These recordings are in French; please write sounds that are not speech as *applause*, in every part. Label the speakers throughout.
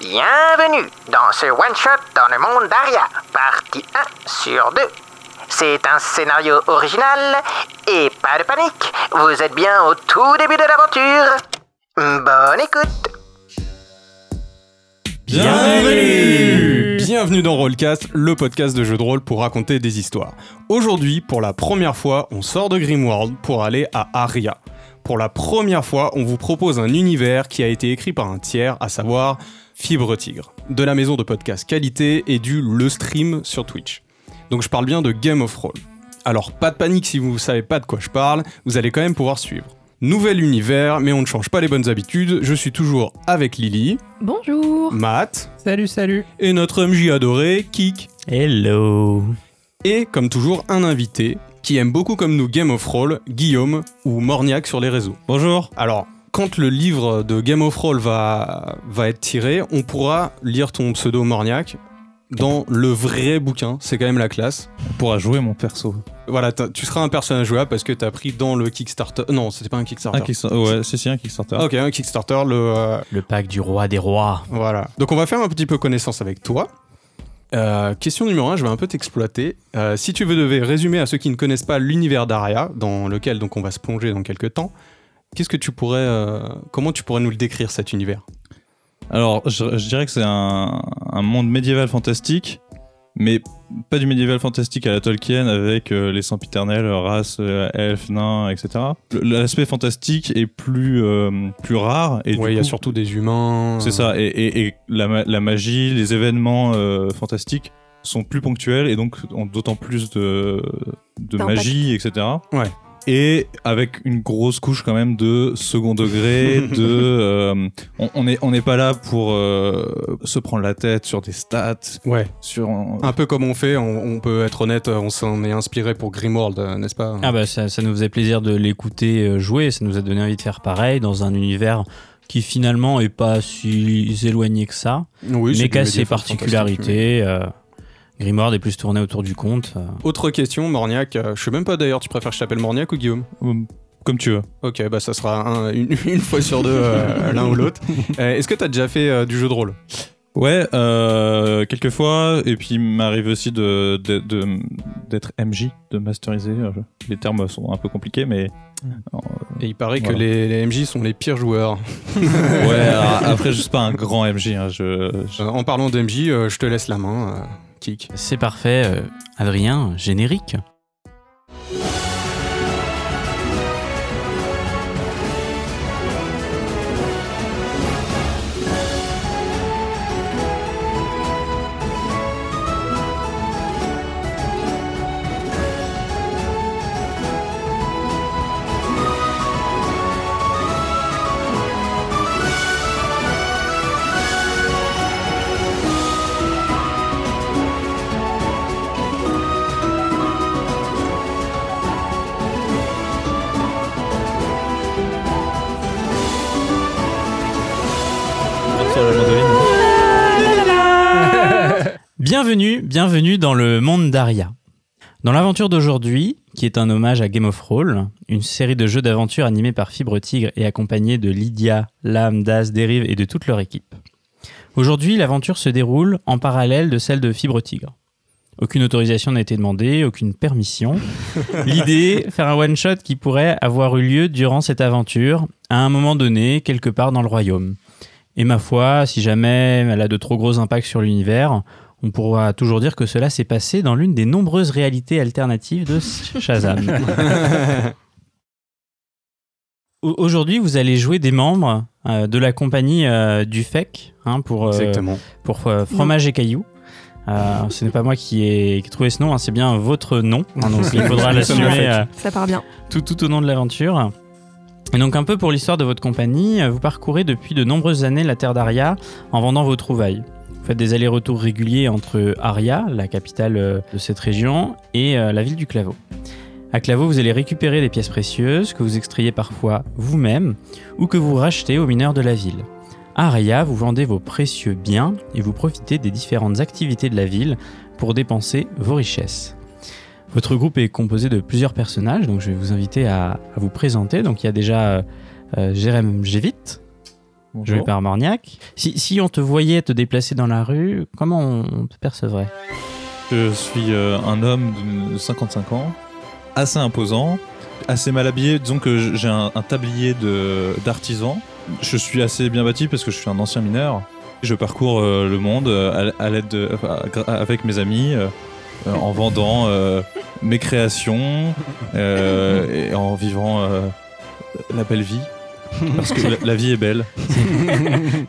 Speaker 1: Bienvenue dans ce one-shot dans le monde d'Aria, partie 1 sur 2. C'est un scénario original et pas de panique, vous êtes bien au tout début de l'aventure. Bonne écoute
Speaker 2: Bienvenue Bienvenue dans Rollcast, le podcast de jeux de rôle pour raconter des histoires. Aujourd'hui, pour la première fois, on sort de Grimworld pour aller à Aria. Pour la première fois, on vous propose un univers qui a été écrit par un tiers, à savoir Fibre Tigre, de la maison de podcast qualité et du Le Stream sur Twitch. Donc je parle bien de Game of Roll. Alors pas de panique si vous ne savez pas de quoi je parle, vous allez quand même pouvoir suivre. Nouvel univers, mais on ne change pas les bonnes habitudes, je suis toujours avec Lily,
Speaker 3: Bonjour
Speaker 2: Matt,
Speaker 4: Salut, salut.
Speaker 2: et notre MJ adoré, Kik.
Speaker 4: Hello.
Speaker 2: Et comme toujours, un invité qui aime beaucoup comme nous Game of Roll, Guillaume ou Morniac sur les réseaux.
Speaker 4: Bonjour.
Speaker 2: Alors, quand le livre de Game of Roll va, va être tiré, on pourra lire ton pseudo Morniac dans le vrai bouquin, c'est quand même la classe.
Speaker 4: On pourra jouer mon perso.
Speaker 2: Voilà, t'as- tu seras un personnage jouable parce que t'as pris dans le Kickstarter. Non, c'était pas un Kickstarter.
Speaker 4: Un Kickstarter. Ouais, c'est si, un Kickstarter.
Speaker 2: Ok, un Kickstarter, le, euh,
Speaker 5: Le pack du roi des rois.
Speaker 2: Voilà. Donc on va faire un petit peu connaissance avec toi. Euh, question numéro 1, je vais un peu t'exploiter. Euh, si tu veux devais résumer à ceux qui ne connaissent pas l'univers d'Aria, dans lequel donc on va se plonger dans quelques temps, qu'est-ce que tu pourrais, euh, comment tu pourrais nous le décrire cet univers
Speaker 4: Alors, je, je dirais que c'est un, un monde médiéval fantastique, mais pas du médiéval fantastique à la Tolkien avec euh, les sempiternels, euh, races, euh, elfes, nains, etc. Le- L'aspect fantastique est plus, euh, plus rare. Et du
Speaker 2: Ouais, il y a
Speaker 4: coup,
Speaker 2: surtout des humains.
Speaker 4: C'est ça, et, et- et la, ma- la magie, les événements euh, fantastiques sont plus ponctuels et donc ont d'autant plus de, de
Speaker 3: D'impact.
Speaker 4: magie, etc.
Speaker 2: Ouais.
Speaker 4: Et avec une grosse couche quand même de second degré, de euh, on- on n'est on n'est pas là pour euh, se prendre la tête sur des stats,
Speaker 2: Ouais.
Speaker 4: sur
Speaker 2: euh,
Speaker 4: euh,
Speaker 2: Un peu comme on fait, on, on peut être honnête, euh, on s'en est inspiré pour Grimworld, euh, n'est-ce pas
Speaker 5: Ah bah ça, ça nous faisait plaisir de l'écouter euh, jouer, ça nous a donné envie de faire pareil dans un univers qui finalement est pas si éloigné que ça,
Speaker 2: Oui,
Speaker 5: mais
Speaker 2: c'est
Speaker 5: qui a
Speaker 2: du
Speaker 5: ses
Speaker 2: médiéval fantastique,
Speaker 5: particularités. euh, Grimord est plus tourné autour du conte. euh.
Speaker 2: oui. Autre question, Morniac. euh, je sais même pas d'ailleurs, tu préfères que je t'appelle Morniac ou Guillaume
Speaker 4: comme tu veux.
Speaker 2: Ok, bah ça sera un- une, *laughs* une fois sur deux euh, l'un ou *laughs* l'autre. Euh, Est-ce que t'as déjà fait euh, du jeu de rôle
Speaker 4: Ouais, euh, quelquefois, et puis il m'arrive aussi de, de- de- d'être MJ, de masteriser. euh, je- Les termes sont un peu compliqués, mais
Speaker 2: Et il paraît que
Speaker 4: Voilà.
Speaker 2: les, les MJ sont les pires joueurs.
Speaker 4: Ouais, alors, après, je suis pas un grand MJ. hein, je, je-
Speaker 2: Euh, en parlant d'MJ, euh, je te laisse la main, euh, Kik.
Speaker 5: C'est parfait, euh, Adrien, générique. Bienvenue, bienvenue dans le monde d'Aria. Dans l'aventure d'aujourd'hui, qui est un hommage à Game of Roll, une série de jeux d'aventure animée par Fibre Tigre et accompagnée de Lydia, Lame, Das, Dérive et de toute leur équipe. Aujourd'hui, l'aventure se déroule en parallèle de celle de Fibre Tigre. Aucune autorisation n'a été demandée, aucune permission. L'idée, faire un one-shot qui pourrait avoir eu lieu durant cette aventure, à un moment donné, quelque part dans le royaume. Et ma foi, si jamais elle a de trop gros impacts sur l'univers, on pourra toujours dire que cela s'est passé dans l'une des nombreuses réalités alternatives de Shazam. Au- Aujourd'hui, vous allez jouer des membres euh, de la compagnie euh, du FEC hein, pour, euh,
Speaker 2: Exactement.
Speaker 5: pour euh, Fromage et Cailloux. Euh, ce n'est pas moi qui ai, qui ai trouvé ce nom, hein, c'est bien votre nom. hein, donc il faudra
Speaker 2: Nous sommes le
Speaker 5: l'assumer
Speaker 2: FEC.
Speaker 5: euh,
Speaker 3: Ça part bien.
Speaker 5: tout, tout au long de l'aventure. Et donc un peu pour l'histoire de votre compagnie, euh, vous parcourez depuis de nombreuses années la terre d'Aria en vendant vos trouvailles. Vous faites des allers-retours réguliers entre Aria, la capitale euh, de cette région, et euh, la ville du Claveau. À Claveau, vous allez récupérer des pièces précieuses que vous extrayez parfois vous-même ou que vous rachetez aux mineurs de la ville. À Aria, vous vendez vos précieux biens et vous profitez des différentes activités de la ville pour dépenser vos richesses. Votre groupe est composé de plusieurs personnages, donc je vais vous inviter à, à vous présenter. Donc il y a déjà euh, euh, Jérém Gévit, joué
Speaker 4: Bonjour.
Speaker 5: par Morniac. Si, si on te voyait te déplacer dans la rue, comment on te percevrait
Speaker 4: Je suis euh, un homme de 55 ans, assez imposant, assez mal habillé. Disons que j- j'ai un, un tablier de- d'artisan. Je suis assez bien bâti parce que je suis un ancien mineur. Je parcours euh, le monde euh, à, à l'aide de- enfin, gra- avec mes amis euh, euh, en vendant euh, mes créations euh, et en vivant euh, la belle vie. Parce que la, la vie est belle.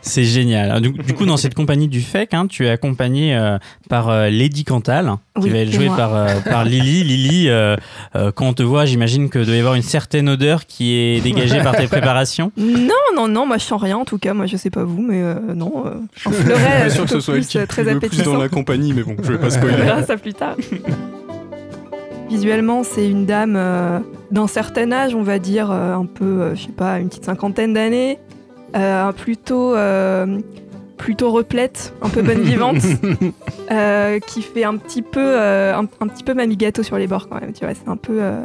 Speaker 5: C'est génial. Alors, Du, du coup, dans cette compagnie du FEC, hein, tu es accompagné euh, par euh, Lady Cantal, hein, qui
Speaker 3: Oui,
Speaker 5: va être
Speaker 3: c'est
Speaker 5: jouée
Speaker 3: moi.
Speaker 5: par, euh, par
Speaker 3: *laughs*
Speaker 5: Lily. Lily, euh, euh, quand on te voit, j'imagine que doit y avoir une certaine odeur qui est dégagée par tes
Speaker 3: *laughs*
Speaker 5: préparations.
Speaker 3: Non, non, non, moi je sens rien en tout cas, moi je sais pas vous, mais euh, non, euh,
Speaker 2: *laughs*
Speaker 3: j'en fleurais,
Speaker 2: Je suis sûr
Speaker 3: euh,
Speaker 2: que ce
Speaker 3: plutôt
Speaker 2: soit
Speaker 3: plus,
Speaker 2: elle qui
Speaker 3: euh, très
Speaker 2: pue le plus
Speaker 3: appétissant.
Speaker 2: dans la compagnie, mais bon, je *laughs* vais pas
Speaker 3: On
Speaker 2: spoiler.
Speaker 3: verra ça plus tard. *laughs* Visuellement, c'est une dame euh, d'un certain âge, on va dire euh, un peu, euh, je sais pas, une petite cinquantaine d'années, euh, plutôt, euh, plutôt replète, un peu bonne vivante, euh, qui fait un petit peu, euh, un, un petit peu mamie gâteau sur les bords quand même. Tu vois, c'est un peu, euh,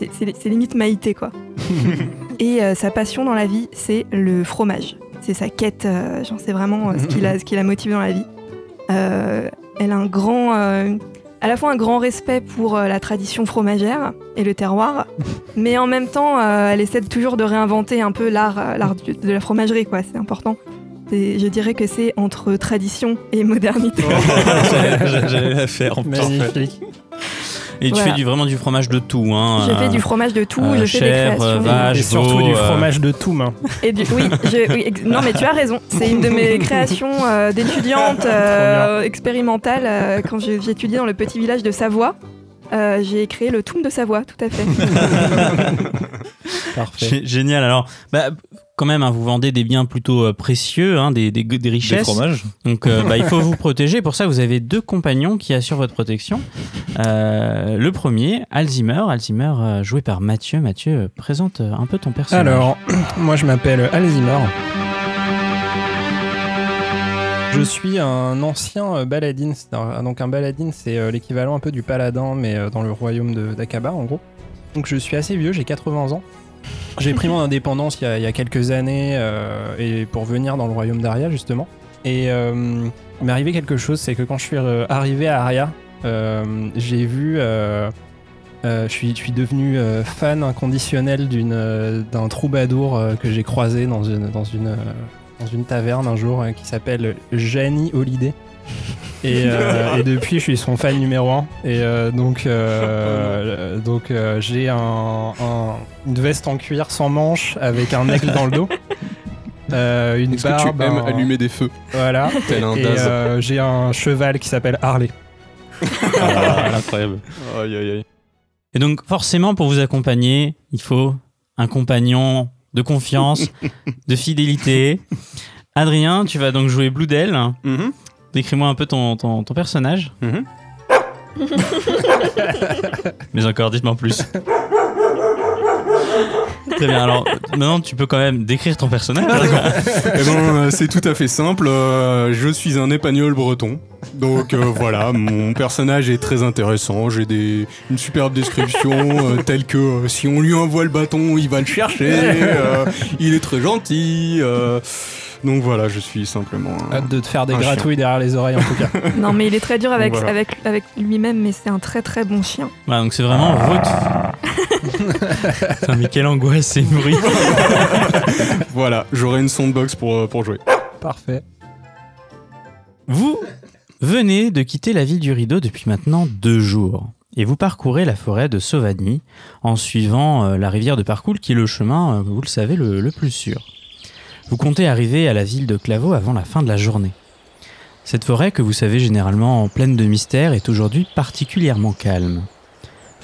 Speaker 3: c'est- c'est c'est limite Maïté quoi. Et euh, sa passion dans la vie, c'est le fromage. C'est sa quête, euh, j'en sais vraiment euh, ce qui la, ce qui la motive dans la vie. Euh, elle a un grand, euh, à la fois un grand respect pour euh, la tradition fromagère et le terroir, mais en même temps, euh, elle essaie de toujours de réinventer un peu l'art, euh, l'art du- de la fromagerie, quoi. C'est important. Et je dirais que c'est entre tradition et modernité.
Speaker 5: Oh
Speaker 4: J'allais j'allais la faire en plus.
Speaker 5: Magnifique. Et tu
Speaker 3: Voilà.
Speaker 5: fais du, vraiment du fromage de tout. Hein,
Speaker 3: Je fais
Speaker 5: euh,
Speaker 3: du fromage de tout,
Speaker 5: euh,
Speaker 3: je fais
Speaker 5: chèvre,
Speaker 3: des créations.
Speaker 5: vache.
Speaker 6: Et surtout
Speaker 5: Vache,
Speaker 6: du
Speaker 5: veau, euh,
Speaker 6: fromage de hein. tout main.
Speaker 3: Et du, oui, je- oui, ex- non mais tu as raison. C'est une
Speaker 5: *laughs*
Speaker 3: de mes créations euh, d'étudiante euh, expérimentale euh, quand j'ai j'ai étudié dans le petit village de Savoie. euh, j'ai créé le Toum de Savoie, tout à fait.
Speaker 6: Parfait.
Speaker 5: Gé- Génial. Alors, bah, quand même, hein, vous vendez des biens plutôt euh, précieux, hein, des, des, des
Speaker 4: Des
Speaker 5: richesses.
Speaker 4: fromages.
Speaker 5: Donc, euh, bah, il faut vous protéger. Pour ça, vous avez deux compagnons qui assurent votre protection. Euh, le premier, Alzheimer. Alzheimer, euh, joué par Mathieu. Mathieu, euh, présente euh, un peu ton personnage.
Speaker 6: Alors, *clears throat* moi je m'appelle Alzheimer. Je suis un ancien euh, baladin. C'est un- Donc un baladin, c'est euh, l'équivalent un peu du paladin, mais euh, dans le royaume de- d'Akaba en gros. Donc je suis assez vieux, j'ai 80 ans. J'ai pris mon indépendance il y a, il y a quelques années euh, et pour venir dans le royaume d'Aria justement. Et euh, il m'est arrivé quelque chose, c'est que quand je suis euh, arrivé à Aria, euh, j'ai vu euh, euh, je, suis, je suis devenu euh, fan inconditionnel d'une, euh, d'un troubadour euh, que j'ai croisé dans une, dans, une, euh, dans une taverne un jour euh, qui s'appelle Jani Holiday. Et,
Speaker 2: *laughs*
Speaker 6: euh, et depuis, je suis son fan numéro un. Et euh, donc, euh,
Speaker 2: *laughs*
Speaker 6: euh, donc euh, j'ai un- un- une veste en cuir sans manches avec un aigle dans le dos. Euh, une
Speaker 2: Est-ce que
Speaker 6: barbe,
Speaker 2: tu aimes
Speaker 6: un-
Speaker 2: allumer des feux
Speaker 6: Voilà.
Speaker 2: *laughs* Tel un
Speaker 6: Et
Speaker 2: daze.
Speaker 6: euh, j'ai un cheval qui s'appelle Harley.
Speaker 2: *laughs*
Speaker 4: Ah, incroyable.
Speaker 2: Aïe aïe aïe.
Speaker 5: Et donc, forcément, pour vous accompagner, il faut un compagnon de confiance, de fidélité. Adrien, tu vas donc jouer Bloodel.
Speaker 2: Mhm.
Speaker 5: Décris-moi un peu ton, ton, ton personnage.
Speaker 2: Mhm.
Speaker 5: *laughs* Mais encore, dites-moi en plus. Très bien, alors maintenant tu peux quand même décrire ton personnage.
Speaker 2: Eh ben, euh, c'est tout à fait simple. euh, je suis un épagnol breton. Donc euh, voilà, mon personnage est très intéressant. J'ai des, une superbe description euh, telle que euh, si on lui envoie le bâton, il va le chercher. euh, il est très gentil. euh, donc voilà, je suis simplement. un-
Speaker 6: Hâte de te faire des
Speaker 2: Un chien.
Speaker 6: gratouilles derrière les oreilles en
Speaker 2: *laughs*
Speaker 6: tout cas.
Speaker 3: Non, mais il est très dur avec,
Speaker 2: Voilà.
Speaker 3: avec, avec lui-même, mais c'est un très très bon chien.
Speaker 5: voilà, donc c'est vraiment votre. Putain, mais quelle angoisse ces bruits.
Speaker 6: bah.
Speaker 2: Voilà, j'aurai une soundbox pour, euh, pour jouer.
Speaker 6: Parfait.
Speaker 5: Vous venez de quitter la ville du Rideau depuis maintenant deux jours. Et vous parcourez la forêt de Sauvagny en suivant euh, la rivière de Parcoul qui est le chemin, euh, vous le savez, le, le plus sûr. Vous comptez arriver à la ville de Claveau avant la fin de la journée. Cette forêt que vous savez généralement pleine de mystères est aujourd'hui particulièrement calme.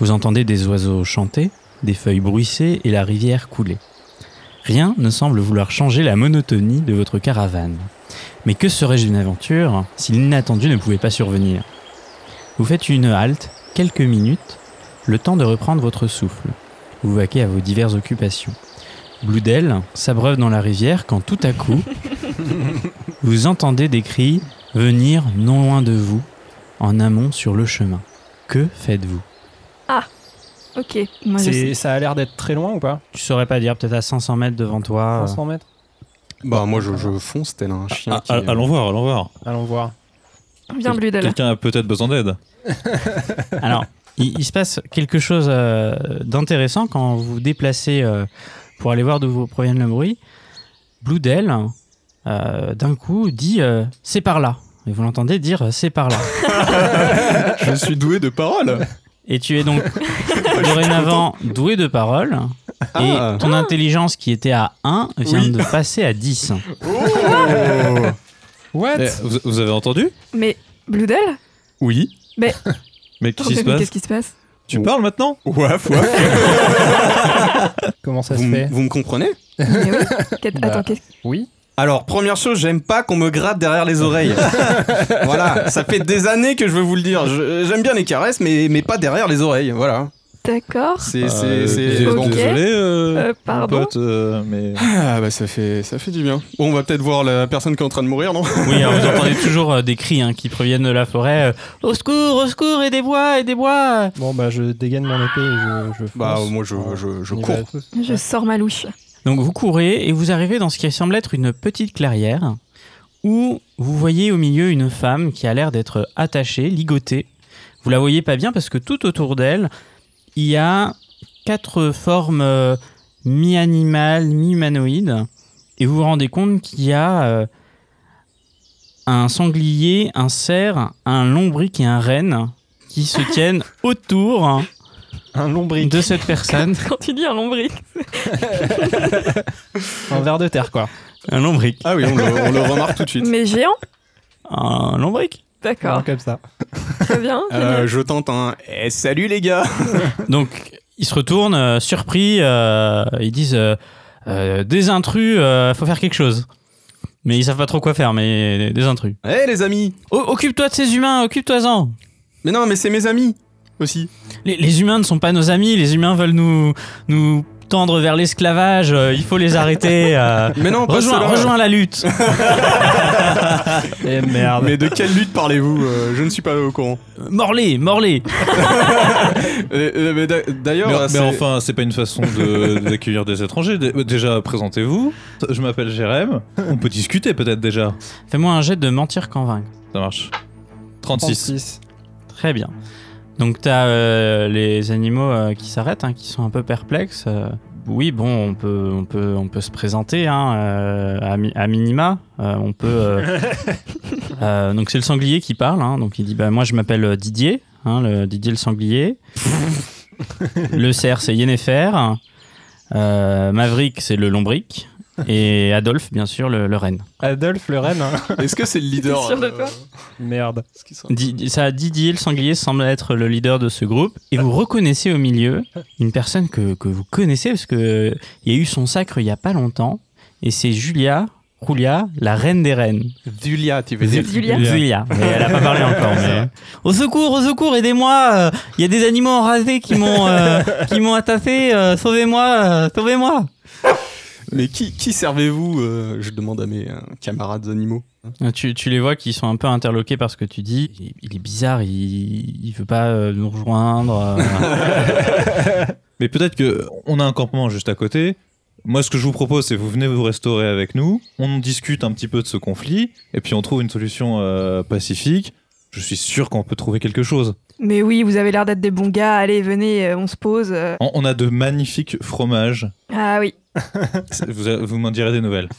Speaker 5: Vous entendez des oiseaux chanter, des feuilles bruisser et la rivière couler. Rien ne semble vouloir changer la monotonie de votre caravane. Mais que serais-je d'une aventure si l'inattendu ne pouvait pas survenir Vous faites une halte, quelques minutes, le temps de reprendre votre souffle. Vous vaquez à vos diverses occupations. Bloudel s'abreuve dans la rivière quand tout à coup, vous entendez des cris venir non loin de vous, en amont sur le chemin. Que faites-vous
Speaker 3: Ok, moi je sais.
Speaker 6: C'est- Ça a l'air d'être très loin ou pas
Speaker 2: Ah.
Speaker 6: euh,
Speaker 5: Tu saurais pas dire, peut-être à 500 mètres devant toi.
Speaker 6: 500 mètres
Speaker 2: Bah, moi, je, je fonce tel un chien.
Speaker 4: Ah,
Speaker 2: qui-
Speaker 4: ah, allons voir, allons voir.
Speaker 6: Allons voir.
Speaker 3: Viens, Bludel.
Speaker 4: Quelqu'un a peut-être besoin d'aide.
Speaker 5: Alors, il, il se passe quelque chose euh, d'intéressant quand vous vous déplacez euh, pour aller voir d'où vous proviennent le bruit. Bloudel, euh, d'un coup, dit euh, C'est par là. Et vous l'entendez dire euh, C'est par là.
Speaker 2: Je suis doué de paroles.
Speaker 5: Et tu *laughs* es donc dorénavant doué de parole. Et
Speaker 2: Ah.
Speaker 5: ton intelligence qui était à 1 vient
Speaker 2: Oui.
Speaker 5: de passer à 10.
Speaker 6: What
Speaker 4: Eh, vous, vous avez entendu
Speaker 3: Mais Bludel
Speaker 2: Oui.
Speaker 4: *laughs* Mais qu'est-ce qui se
Speaker 3: Qu'est-ce
Speaker 4: passe
Speaker 3: qui se passe
Speaker 4: Tu parles maintenant
Speaker 2: Ouaf, ouaf.
Speaker 6: Comment ça
Speaker 2: Vous,
Speaker 6: se
Speaker 2: me-
Speaker 6: fait
Speaker 2: vous me comprenez
Speaker 3: Mais oui. Qu'est-
Speaker 6: Bah.
Speaker 3: Attends, qu'est-ce
Speaker 6: Oui.
Speaker 2: Alors, première chose, j'aime pas qu'on me gratte derrière les *laughs* oreilles. voilà, ça fait des années que je veux vous le dire. Je- J'aime bien les caresses, mais, mais pas derrière les oreilles. Voilà.
Speaker 3: D'accord.
Speaker 2: C'est. c'est-
Speaker 4: Euh,
Speaker 2: c'est-
Speaker 4: dés-
Speaker 3: Ok.
Speaker 4: Désolé, euh,
Speaker 3: Euh,
Speaker 4: mon
Speaker 3: pardon
Speaker 4: pote, euh, mais
Speaker 2: Ah, bah, ça fait, ça fait du bien. Bon, on va peut-être voir la personne qui est en train de mourir, non
Speaker 5: Oui, alors vous entendez toujours euh, des cris hein, qui proviennent de la forêt. euh, au secours, au secours, et des bois, et des bois.
Speaker 6: Bon, bah, je dégaine mon épée et je, je fonce.
Speaker 2: Bah, moi, je, je, je
Speaker 6: On y va
Speaker 2: cours.
Speaker 6: tous.
Speaker 3: Je sors ma louche.
Speaker 5: Donc vous courez et vous arrivez dans ce qui semble être une petite clairière où vous voyez au milieu une femme qui a l'air d'être attachée, ligotée. Vous la voyez pas bien parce que tout autour d'elle, il y a quatre formes euh, mi-animales, mi-humanoïdes. Et vous vous rendez compte qu'il y a euh, un sanglier, un cerf, un lombric et un renne qui
Speaker 6: *laughs*
Speaker 5: se tiennent autour
Speaker 6: Un lombric.
Speaker 5: de cette personne.
Speaker 3: *laughs* Quand tu dis un lombric.
Speaker 6: Un verre de terre, quoi.
Speaker 5: Un lombric.
Speaker 2: Ah oui, on le, on le remarque tout de *laughs* suite.
Speaker 3: Mais géant
Speaker 5: Un lombric
Speaker 3: D'accord.
Speaker 6: Comme ça.
Speaker 3: Très bien.
Speaker 2: Euh, je tente un. Eh, salut les gars
Speaker 5: Donc, ils se retournent, euh, surpris, euh, ils disent euh, euh, des intrus, euh, faut faire quelque chose. Mais ils savent pas trop quoi faire, mais des intrus.
Speaker 2: Eh, les amis
Speaker 5: O- occupe-toi de ces humains, occupe-toi-en.
Speaker 2: Mais non, mais c'est mes amis aussi.
Speaker 5: Les, les humains ne sont pas nos amis, les humains veulent nous, nous tendre vers l'esclavage, euh, il faut les arrêter.
Speaker 2: *laughs*
Speaker 5: euh.
Speaker 2: Mais non, pas
Speaker 5: rejoins,
Speaker 2: ceux-là.
Speaker 5: rejoins la lutte.
Speaker 6: Et Eh, merde.
Speaker 2: Mais de quelle lutte parlez-vous Euh, Je ne suis pas au courant.
Speaker 5: Morlez, morlez.
Speaker 2: Euh, euh, mais d'a- D'ailleurs,
Speaker 4: Mais,
Speaker 2: euh,
Speaker 4: mais
Speaker 2: c'est-
Speaker 4: enfin, c'est pas une façon de- *laughs* d'accueillir des étrangers. Dé- Déjà, présentez-vous. Je m'appelle Jérém. On peut discuter peut-être déjà.
Speaker 5: Fais-moi un jet de mentir convaincre.
Speaker 4: Ça marche. 36.
Speaker 5: Très bien. Donc t'as euh, les animaux euh, qui s'arrêtent, hein, qui sont un peu perplexes. euh. oui, bon, on peut, on peut, on peut se présenter hein, euh, à, mi- à minima. Euh, on peut. euh, euh, donc c'est le sanglier qui parle. hein. donc il dit, bah, moi je m'appelle euh, Didier, hein, le Didier le sanglier. le cerf c'est Yennefer. Euh, Maverick c'est le lombric. Et Adolphe, bien sûr, le, le renne.
Speaker 6: Adolphe le renne. hein.
Speaker 2: *laughs* est-ce que c'est le leader
Speaker 3: T'es sûr de toi
Speaker 6: *laughs* Merde.
Speaker 2: est-ce qu'ils sont-
Speaker 5: Di- ça, Didier le sanglier semble être le leader de ce groupe et vous reconnaissez au milieu une personne que, que vous connaissez parce que euh, il y a eu son sacre il y a pas longtemps et c'est Julia Julia, la reine des reines.
Speaker 2: Zulia, tu veux dire
Speaker 3: Julia.
Speaker 5: Julia, mais elle a pas parlé encore. mais- euh. Au secours, au secours, aidez-moi euh, Il y a des animaux enrasés qui m'ont euh, qui m'ont attaché. euh, sauvez-moi, euh, sauvez-moi
Speaker 2: Mais qui, qui servez-vous euh, Je demande à mes euh, camarades animaux.
Speaker 5: Euh, Tu, tu les vois qui sont un peu interloqués par ce que tu dis. Il, il est bizarre, il, il veut pas euh, nous rejoindre. euh.
Speaker 4: Mais peut-être que on a un campement juste à côté. Moi, ce que je vous propose, c'est vous venez vous restaurer avec nous. On discute un petit peu de ce conflit et puis on trouve une solution euh, pacifique. Je suis sûr qu'on peut trouver quelque chose.
Speaker 3: Mais oui, vous avez l'air d'être des bons gars. Allez, venez, euh, on se pose. euh.
Speaker 4: On on a de magnifiques fromages.
Speaker 3: Ah oui.
Speaker 4: C'est- Vous, vous m'en direz des nouvelles.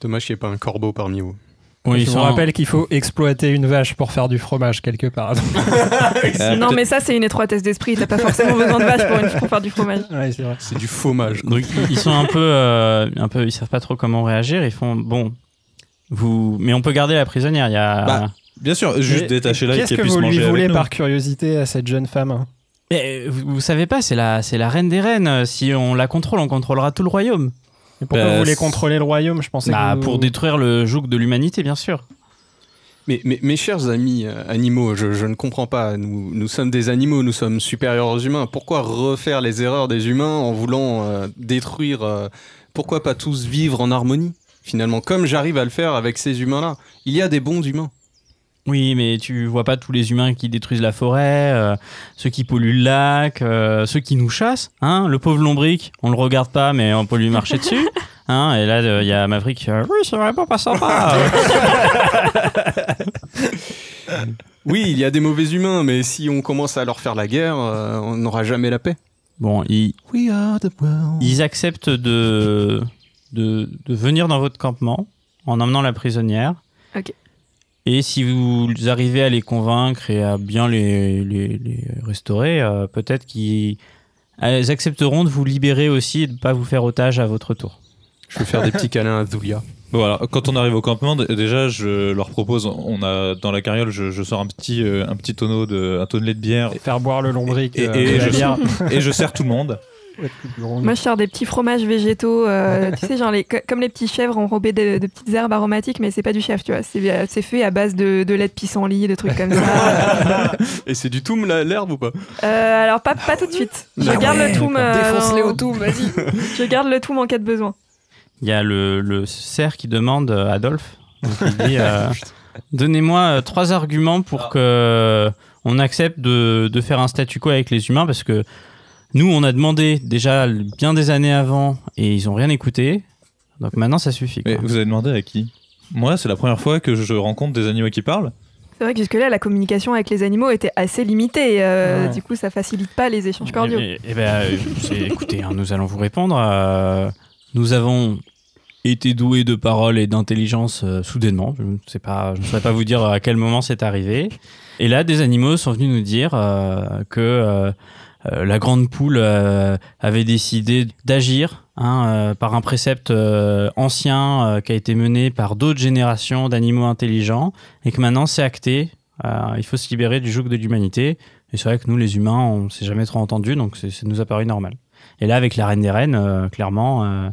Speaker 2: Dommage qu'il n'y ait pas un corbeau parmi vous.
Speaker 5: *laughs* Oui, ils
Speaker 6: je vous
Speaker 5: sont-
Speaker 6: rappelle qu'il faut exploiter une vache pour faire du fromage quelque part.
Speaker 4: Ah,
Speaker 3: non,
Speaker 4: peut-être-
Speaker 3: mais ça, c'est une étroitesse d'esprit. T'as pas forcément besoin de vache pour, une- pour faire du fromage.
Speaker 6: ouais, c'est vrai.
Speaker 2: C'est du fromage.
Speaker 5: Donc ils- ils sont un peu, euh, un peu, ils savent pas trop comment réagir. Ils font bon, vous, mais on peut garder la prisonnière. Il y a.
Speaker 4: Bah. Bien sûr, juste
Speaker 6: Mais
Speaker 4: détachez-la et
Speaker 6: Qu'est-ce
Speaker 4: qu'elle
Speaker 6: que
Speaker 4: puisse
Speaker 6: vous lui
Speaker 4: manger
Speaker 6: voulez
Speaker 4: avec nous.
Speaker 6: par curiosité à cette jeune femme
Speaker 5: Mais, euh, vous, vous savez pas, c'est la, c'est la reine des reines. Euh, Si on la contrôle, on contrôlera tout le royaume.
Speaker 6: Et Pourquoi
Speaker 4: Bah,
Speaker 6: vous voulez
Speaker 4: c'est-
Speaker 6: contrôler le royaume Je pensais
Speaker 5: Bah,
Speaker 6: que vous-
Speaker 5: pour détruire le joug de l'humanité, bien sûr.
Speaker 2: Mais, mais- mes chers amis euh, animaux, je, je ne comprends pas. Nous, nous sommes des animaux, nous sommes supérieurs aux humains. Pourquoi refaire les erreurs des humains en voulant euh, détruire euh, Pourquoi pas tous vivre en harmonie Finalement, comme j'arrive à le faire avec ces humains-là, il y a des bons humains.
Speaker 5: Oui, mais tu vois pas tous les humains qui détruisent la forêt, euh, ceux qui polluent le
Speaker 6: *laughs*
Speaker 5: lac, euh, ceux qui nous chassent. Hein le pauvre lombric, on le regarde pas, mais on peut lui marcher dessus. Hein, et là, euh, il y a Maverick qui euh, Oui, c'est vraiment pas
Speaker 6: *laughs*
Speaker 5: sympa.
Speaker 2: Oui, il y a des mauvais humains, mais si on commence à leur faire la guerre, euh, on n'aura jamais la paix.
Speaker 5: bon, ils, ils acceptent de, de, de venir dans votre campement en emmenant la prisonnière.
Speaker 3: Ok.
Speaker 5: Et si vous arrivez à les convaincre et à bien les, les- les restaurer, euh, peut-être qu'ils elles accepteront de vous libérer aussi et de ne pas vous faire otage à votre tour.
Speaker 2: Je vais faire des petits câlins à Zulia.
Speaker 4: Voilà, quand on arrive au campement, d- déjà, je leur propose, on a dans la carriole, je, je sors un petit, euh, un petit tonneau de, un tonnelet de bière
Speaker 6: Faire boire le lombric
Speaker 4: Et-
Speaker 6: euh,
Speaker 4: et
Speaker 6: de la
Speaker 4: je-
Speaker 6: bière.
Speaker 4: et je sers tout le monde.
Speaker 6: Mm.
Speaker 3: Moi, je sers des petits fromages végétaux, euh, tu sais, genre les, co- comme les petits chèvres enrobés de, de petites herbes aromatiques, mais c'est pas du chèvre, tu vois. C'est euh, c'est fait à base de, de lait de pissenlit, de trucs comme ça.
Speaker 2: *laughs* Et c'est du toum la- l'herbe ou pas
Speaker 3: Euh, alors, pas, pas tout de suite. Je
Speaker 2: Ah
Speaker 3: garde
Speaker 2: ouais,
Speaker 3: le tout.
Speaker 6: Défonce-les au tout, vas-y.
Speaker 3: Je garde le tout en cas de besoin.
Speaker 5: Il y a le, le cerf qui demande euh, Adolphe. Donc, il dit euh, Donnez-moi euh, trois arguments pour que euh, on accepte de, de faire un statu quo avec les humains parce que nous, on a demandé déjà bien des années avant et ils ont rien écouté. Donc maintenant, ça suffit. quoi.
Speaker 4: Mais vous avez demandé à qui Moi, c'est la première fois que je rencontre des animaux qui parlent.
Speaker 3: C'est vrai que jusque-là, la communication avec les animaux était assez limitée. euh,
Speaker 6: Ouais.
Speaker 3: Du coup, ça facilite pas les échanges cordiaux.
Speaker 5: Eh, eh, eh ben, euh, c'est- écoutez, hein, nous allons vous répondre. euh, nous avons été doués de parole et d'intelligence euh, soudainement. Je ne sais pas, je ne saurais pas vous dire à quel moment c'est arrivé. Et là, des animaux sont venus nous dire euh, que euh, euh, la grande poule euh, avait décidé d'agir hein, euh, par un précepte euh, ancien euh, qui a été mené par d'autres générations d'animaux intelligents et que maintenant c'est acté. Euh, il faut se libérer du joug de l'humanité. Et c'est vrai que nous, les humains, on s'est jamais trop entendus, donc c'est- ça nous a paru normal. Et là, avec la reine des reines, euh, clairement, euh,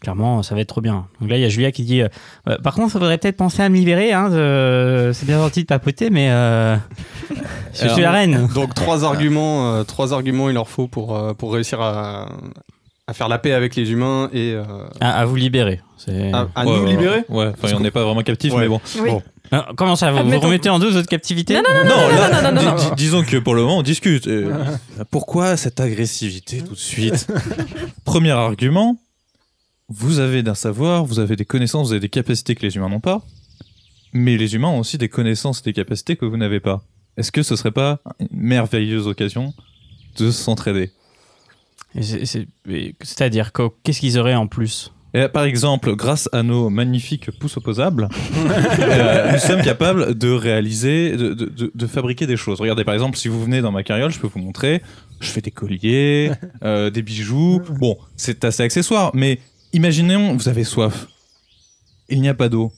Speaker 5: clairement, ça va être trop bien. Donc là, il y a Julia qui dit euh, Euh, Par contre, faudrait peut-être penser à me libérer. Hein, de- C'est bien gentil de papoter, mais euh, je
Speaker 2: Alors,
Speaker 5: suis
Speaker 2: *laughs*
Speaker 3: euh,
Speaker 5: la reine.
Speaker 2: Donc trois arguments, euh, trois arguments il leur faut pour, euh, pour réussir à, à faire la paix avec les humains et euh,
Speaker 5: À, à vous libérer. C'est-
Speaker 3: Ah.
Speaker 2: à, à
Speaker 4: Ouais,
Speaker 2: nous
Speaker 4: ouais,
Speaker 2: libérer.
Speaker 4: Ouais, enfin, on n'est pas vraiment captifs,
Speaker 2: Ouais.
Speaker 4: mais bon.
Speaker 3: Oui.
Speaker 2: Bon.
Speaker 5: Ah, comment ça Vous, vous
Speaker 3: Admettons-
Speaker 5: remettez en doute votre captivité
Speaker 3: Non,
Speaker 4: Non, là,
Speaker 3: non, non, non,
Speaker 4: dis- dis- disons que pour le moment, on discute. Euh, pourquoi cette agressivité tout de suite Premier argument, vous avez d'un savoir, vous avez des connaissances, vous avez des capacités que les humains n'ont pas, mais les humains ont aussi des connaissances et des capacités que vous n'avez pas. Est-ce que ce serait pas une merveilleuse occasion de s'entraider
Speaker 5: Et c'est- c'est- et C'est-à-dire, qu'au- qu'est-ce qu'ils auraient en plus
Speaker 4: Et, Par exemple, grâce à nos magnifiques pouces opposables, *laughs* euh, nous sommes capables de réaliser, de, de- de- de fabriquer des choses. Regardez, par exemple, si vous venez dans ma carriole, je peux vous montrer, je fais des colliers, euh, des bijoux. Bon, c'est assez accessoire, mais imaginons, vous avez soif. Il n'y a pas d'eau.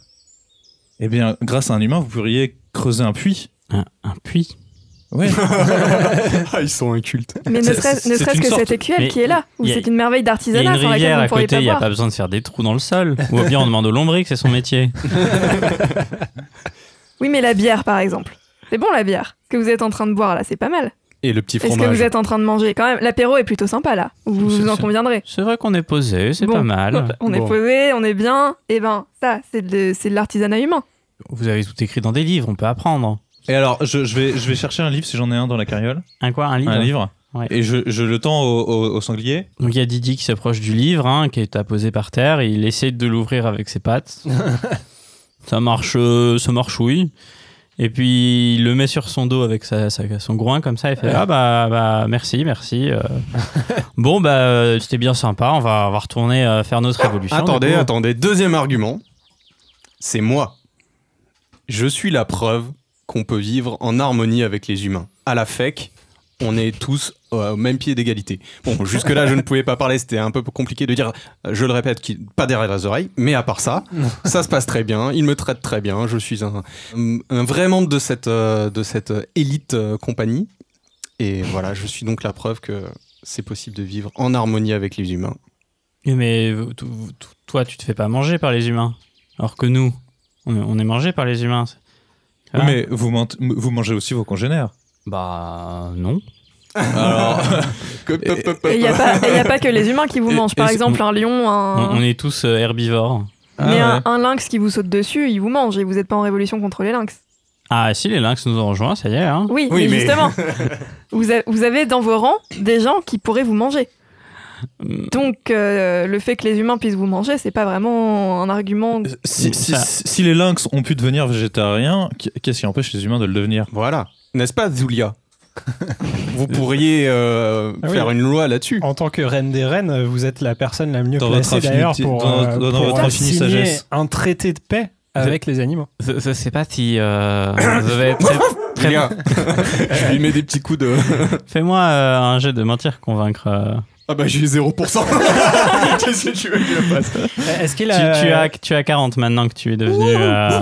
Speaker 4: Eh bien, grâce à un humain, vous pourriez creuser un puits.
Speaker 5: un, un puits
Speaker 4: Ouais.
Speaker 2: Ah, ils sont incultes.
Speaker 3: Mais ne
Speaker 4: C'est-
Speaker 3: serait-ce
Speaker 4: c'est
Speaker 3: ne serait-ce
Speaker 4: une
Speaker 3: que
Speaker 4: sorte-
Speaker 3: cette écuelle
Speaker 5: Mais
Speaker 3: qui est là, où
Speaker 5: il y a-
Speaker 3: c'est une merveille
Speaker 5: Il y a
Speaker 3: d'artisanat
Speaker 5: une
Speaker 3: sur laquelle
Speaker 5: rivière
Speaker 3: vous ne
Speaker 5: à
Speaker 3: pourriez
Speaker 5: côté,
Speaker 3: pas
Speaker 5: il n'y a pas
Speaker 3: boire.
Speaker 5: besoin de faire des trous dans le sol. Ou bien on demande au lombric, c'est son métier.
Speaker 3: Oui, mais la bière, par exemple. C'est bon la bière. Ce que vous êtes en train de boire là, c'est pas mal.
Speaker 2: Et le petit
Speaker 3: Et ce que
Speaker 2: fromage.
Speaker 3: vous êtes en train de manger, quand même, l'apéro est plutôt sympa là. Vous,
Speaker 5: C'est-
Speaker 3: vous en
Speaker 5: c'est-
Speaker 3: conviendrez.
Speaker 5: C'est vrai qu'on est posé, c'est
Speaker 3: Bon.
Speaker 5: pas mal.
Speaker 3: *laughs* On est
Speaker 2: Bon.
Speaker 3: posé, on est bien. Et ben, ça, c'est de, c'est de l'artisanat humain.
Speaker 5: Vous avez tout écrit dans des livres, on peut apprendre.
Speaker 4: Et alors, je, je vais, je vais chercher un livre si j'en ai un dans la carriole.
Speaker 5: Un quoi Un livre
Speaker 4: Un livre.
Speaker 5: Ouais.
Speaker 4: Et je, je le tends au, au- au sanglier.
Speaker 5: Donc il y a Didi qui s'approche du livre, hein, qui est apposé par terre, et il essaie de l'ouvrir avec ses pattes. ça marche, euh, ça marchouille. Et puis il le met sur son dos avec sa, sa- son groin comme ça, et fait Ah bah, bah merci, merci. euh. bon bah euh, c'était bien sympa, on va, on va retourner euh, faire notre révolution.
Speaker 2: Attendez,
Speaker 5: du coup.
Speaker 2: attendez. Deuxième argument, c'est moi. Je suis la preuve qu'on peut vivre en harmonie avec les humains. À la FEC, on est tous euh, au même pied d'égalité. Bon, jusque-là, je ne pouvais pas parler, c'était un peu compliqué de dire, euh, je le répète, qu'il- pas derrière les oreilles, mais à part ça, ça se passe très bien, il me traite très bien, je suis un, un vrai membre de cette, euh, de cette euh, élite euh, compagnie. Et voilà, je suis donc la preuve que c'est possible de vivre en harmonie avec les humains.
Speaker 5: Oui, Mais vous- tout- vous- tout- toi tu te fais pas manger par les humains, alors que nous, on, est- on est mangé par les humains.
Speaker 4: Oui,
Speaker 5: Ah.
Speaker 4: Mais vous, mente- vous mangez aussi vos congénères.
Speaker 5: Bah non.
Speaker 4: Alors,
Speaker 3: Et il n'y a, pas- et y a pas que les humains qui vous
Speaker 5: Et-
Speaker 3: mangent.
Speaker 5: et
Speaker 3: Par
Speaker 5: c'est-
Speaker 3: exemple, un lion, un.
Speaker 5: On, on est tous euh, herbivores.
Speaker 3: Mais
Speaker 4: Ah
Speaker 3: un,
Speaker 4: ouais.
Speaker 3: un lynx qui vous saute dessus, il vous mange et vous n'êtes pas en révolution contre les lynx.
Speaker 5: Ah si, les lynx nous ont rejoints, ça y est. Hein.
Speaker 3: Oui,
Speaker 2: Oui,
Speaker 3: *laughs* mais
Speaker 2: mais-
Speaker 3: justement, vous, a- vous avez dans vos rangs des gens qui pourraient vous manger.
Speaker 5: Hmm.
Speaker 3: Donc, euh, le fait que les humains puissent vous manger, c'est pas vraiment un argument.
Speaker 4: Euh, Si, si- si- si les lynx ont pu devenir végétariens, qu- qu'est-ce qui empêche les humains de le devenir
Speaker 2: Voilà. N'est-ce pas, *laughs* Zulia Vous pourriez euh,
Speaker 6: Ah oui.
Speaker 2: faire une loi là-dessus.
Speaker 6: *laughs* En tant que reine des reines, vous êtes la personne la mieux
Speaker 4: Dans
Speaker 6: placée
Speaker 4: votre
Speaker 6: d'ailleurs
Speaker 4: infinité-
Speaker 6: pour,
Speaker 4: dans-
Speaker 6: euh,
Speaker 4: dans- dans
Speaker 6: pour
Speaker 4: votre infinie
Speaker 6: signer
Speaker 4: sagesse.
Speaker 6: un traité de paix avec les animaux.
Speaker 5: Je, je sais pas si euh, vous avez très- très-
Speaker 2: Zulia. *laughs* Je lui mets des petits coups de.
Speaker 5: *coughs* Fais-moi euh, un jet de mentir convaincre. euh.
Speaker 2: *laughs* Ah bah j'ai eu *laughs* 0%. Qu'est-ce que tu veux que je fasse
Speaker 6: Est-ce qu'il
Speaker 5: Tu,
Speaker 6: a...
Speaker 5: tu as tu as 40 maintenant que tu es devenu. euh,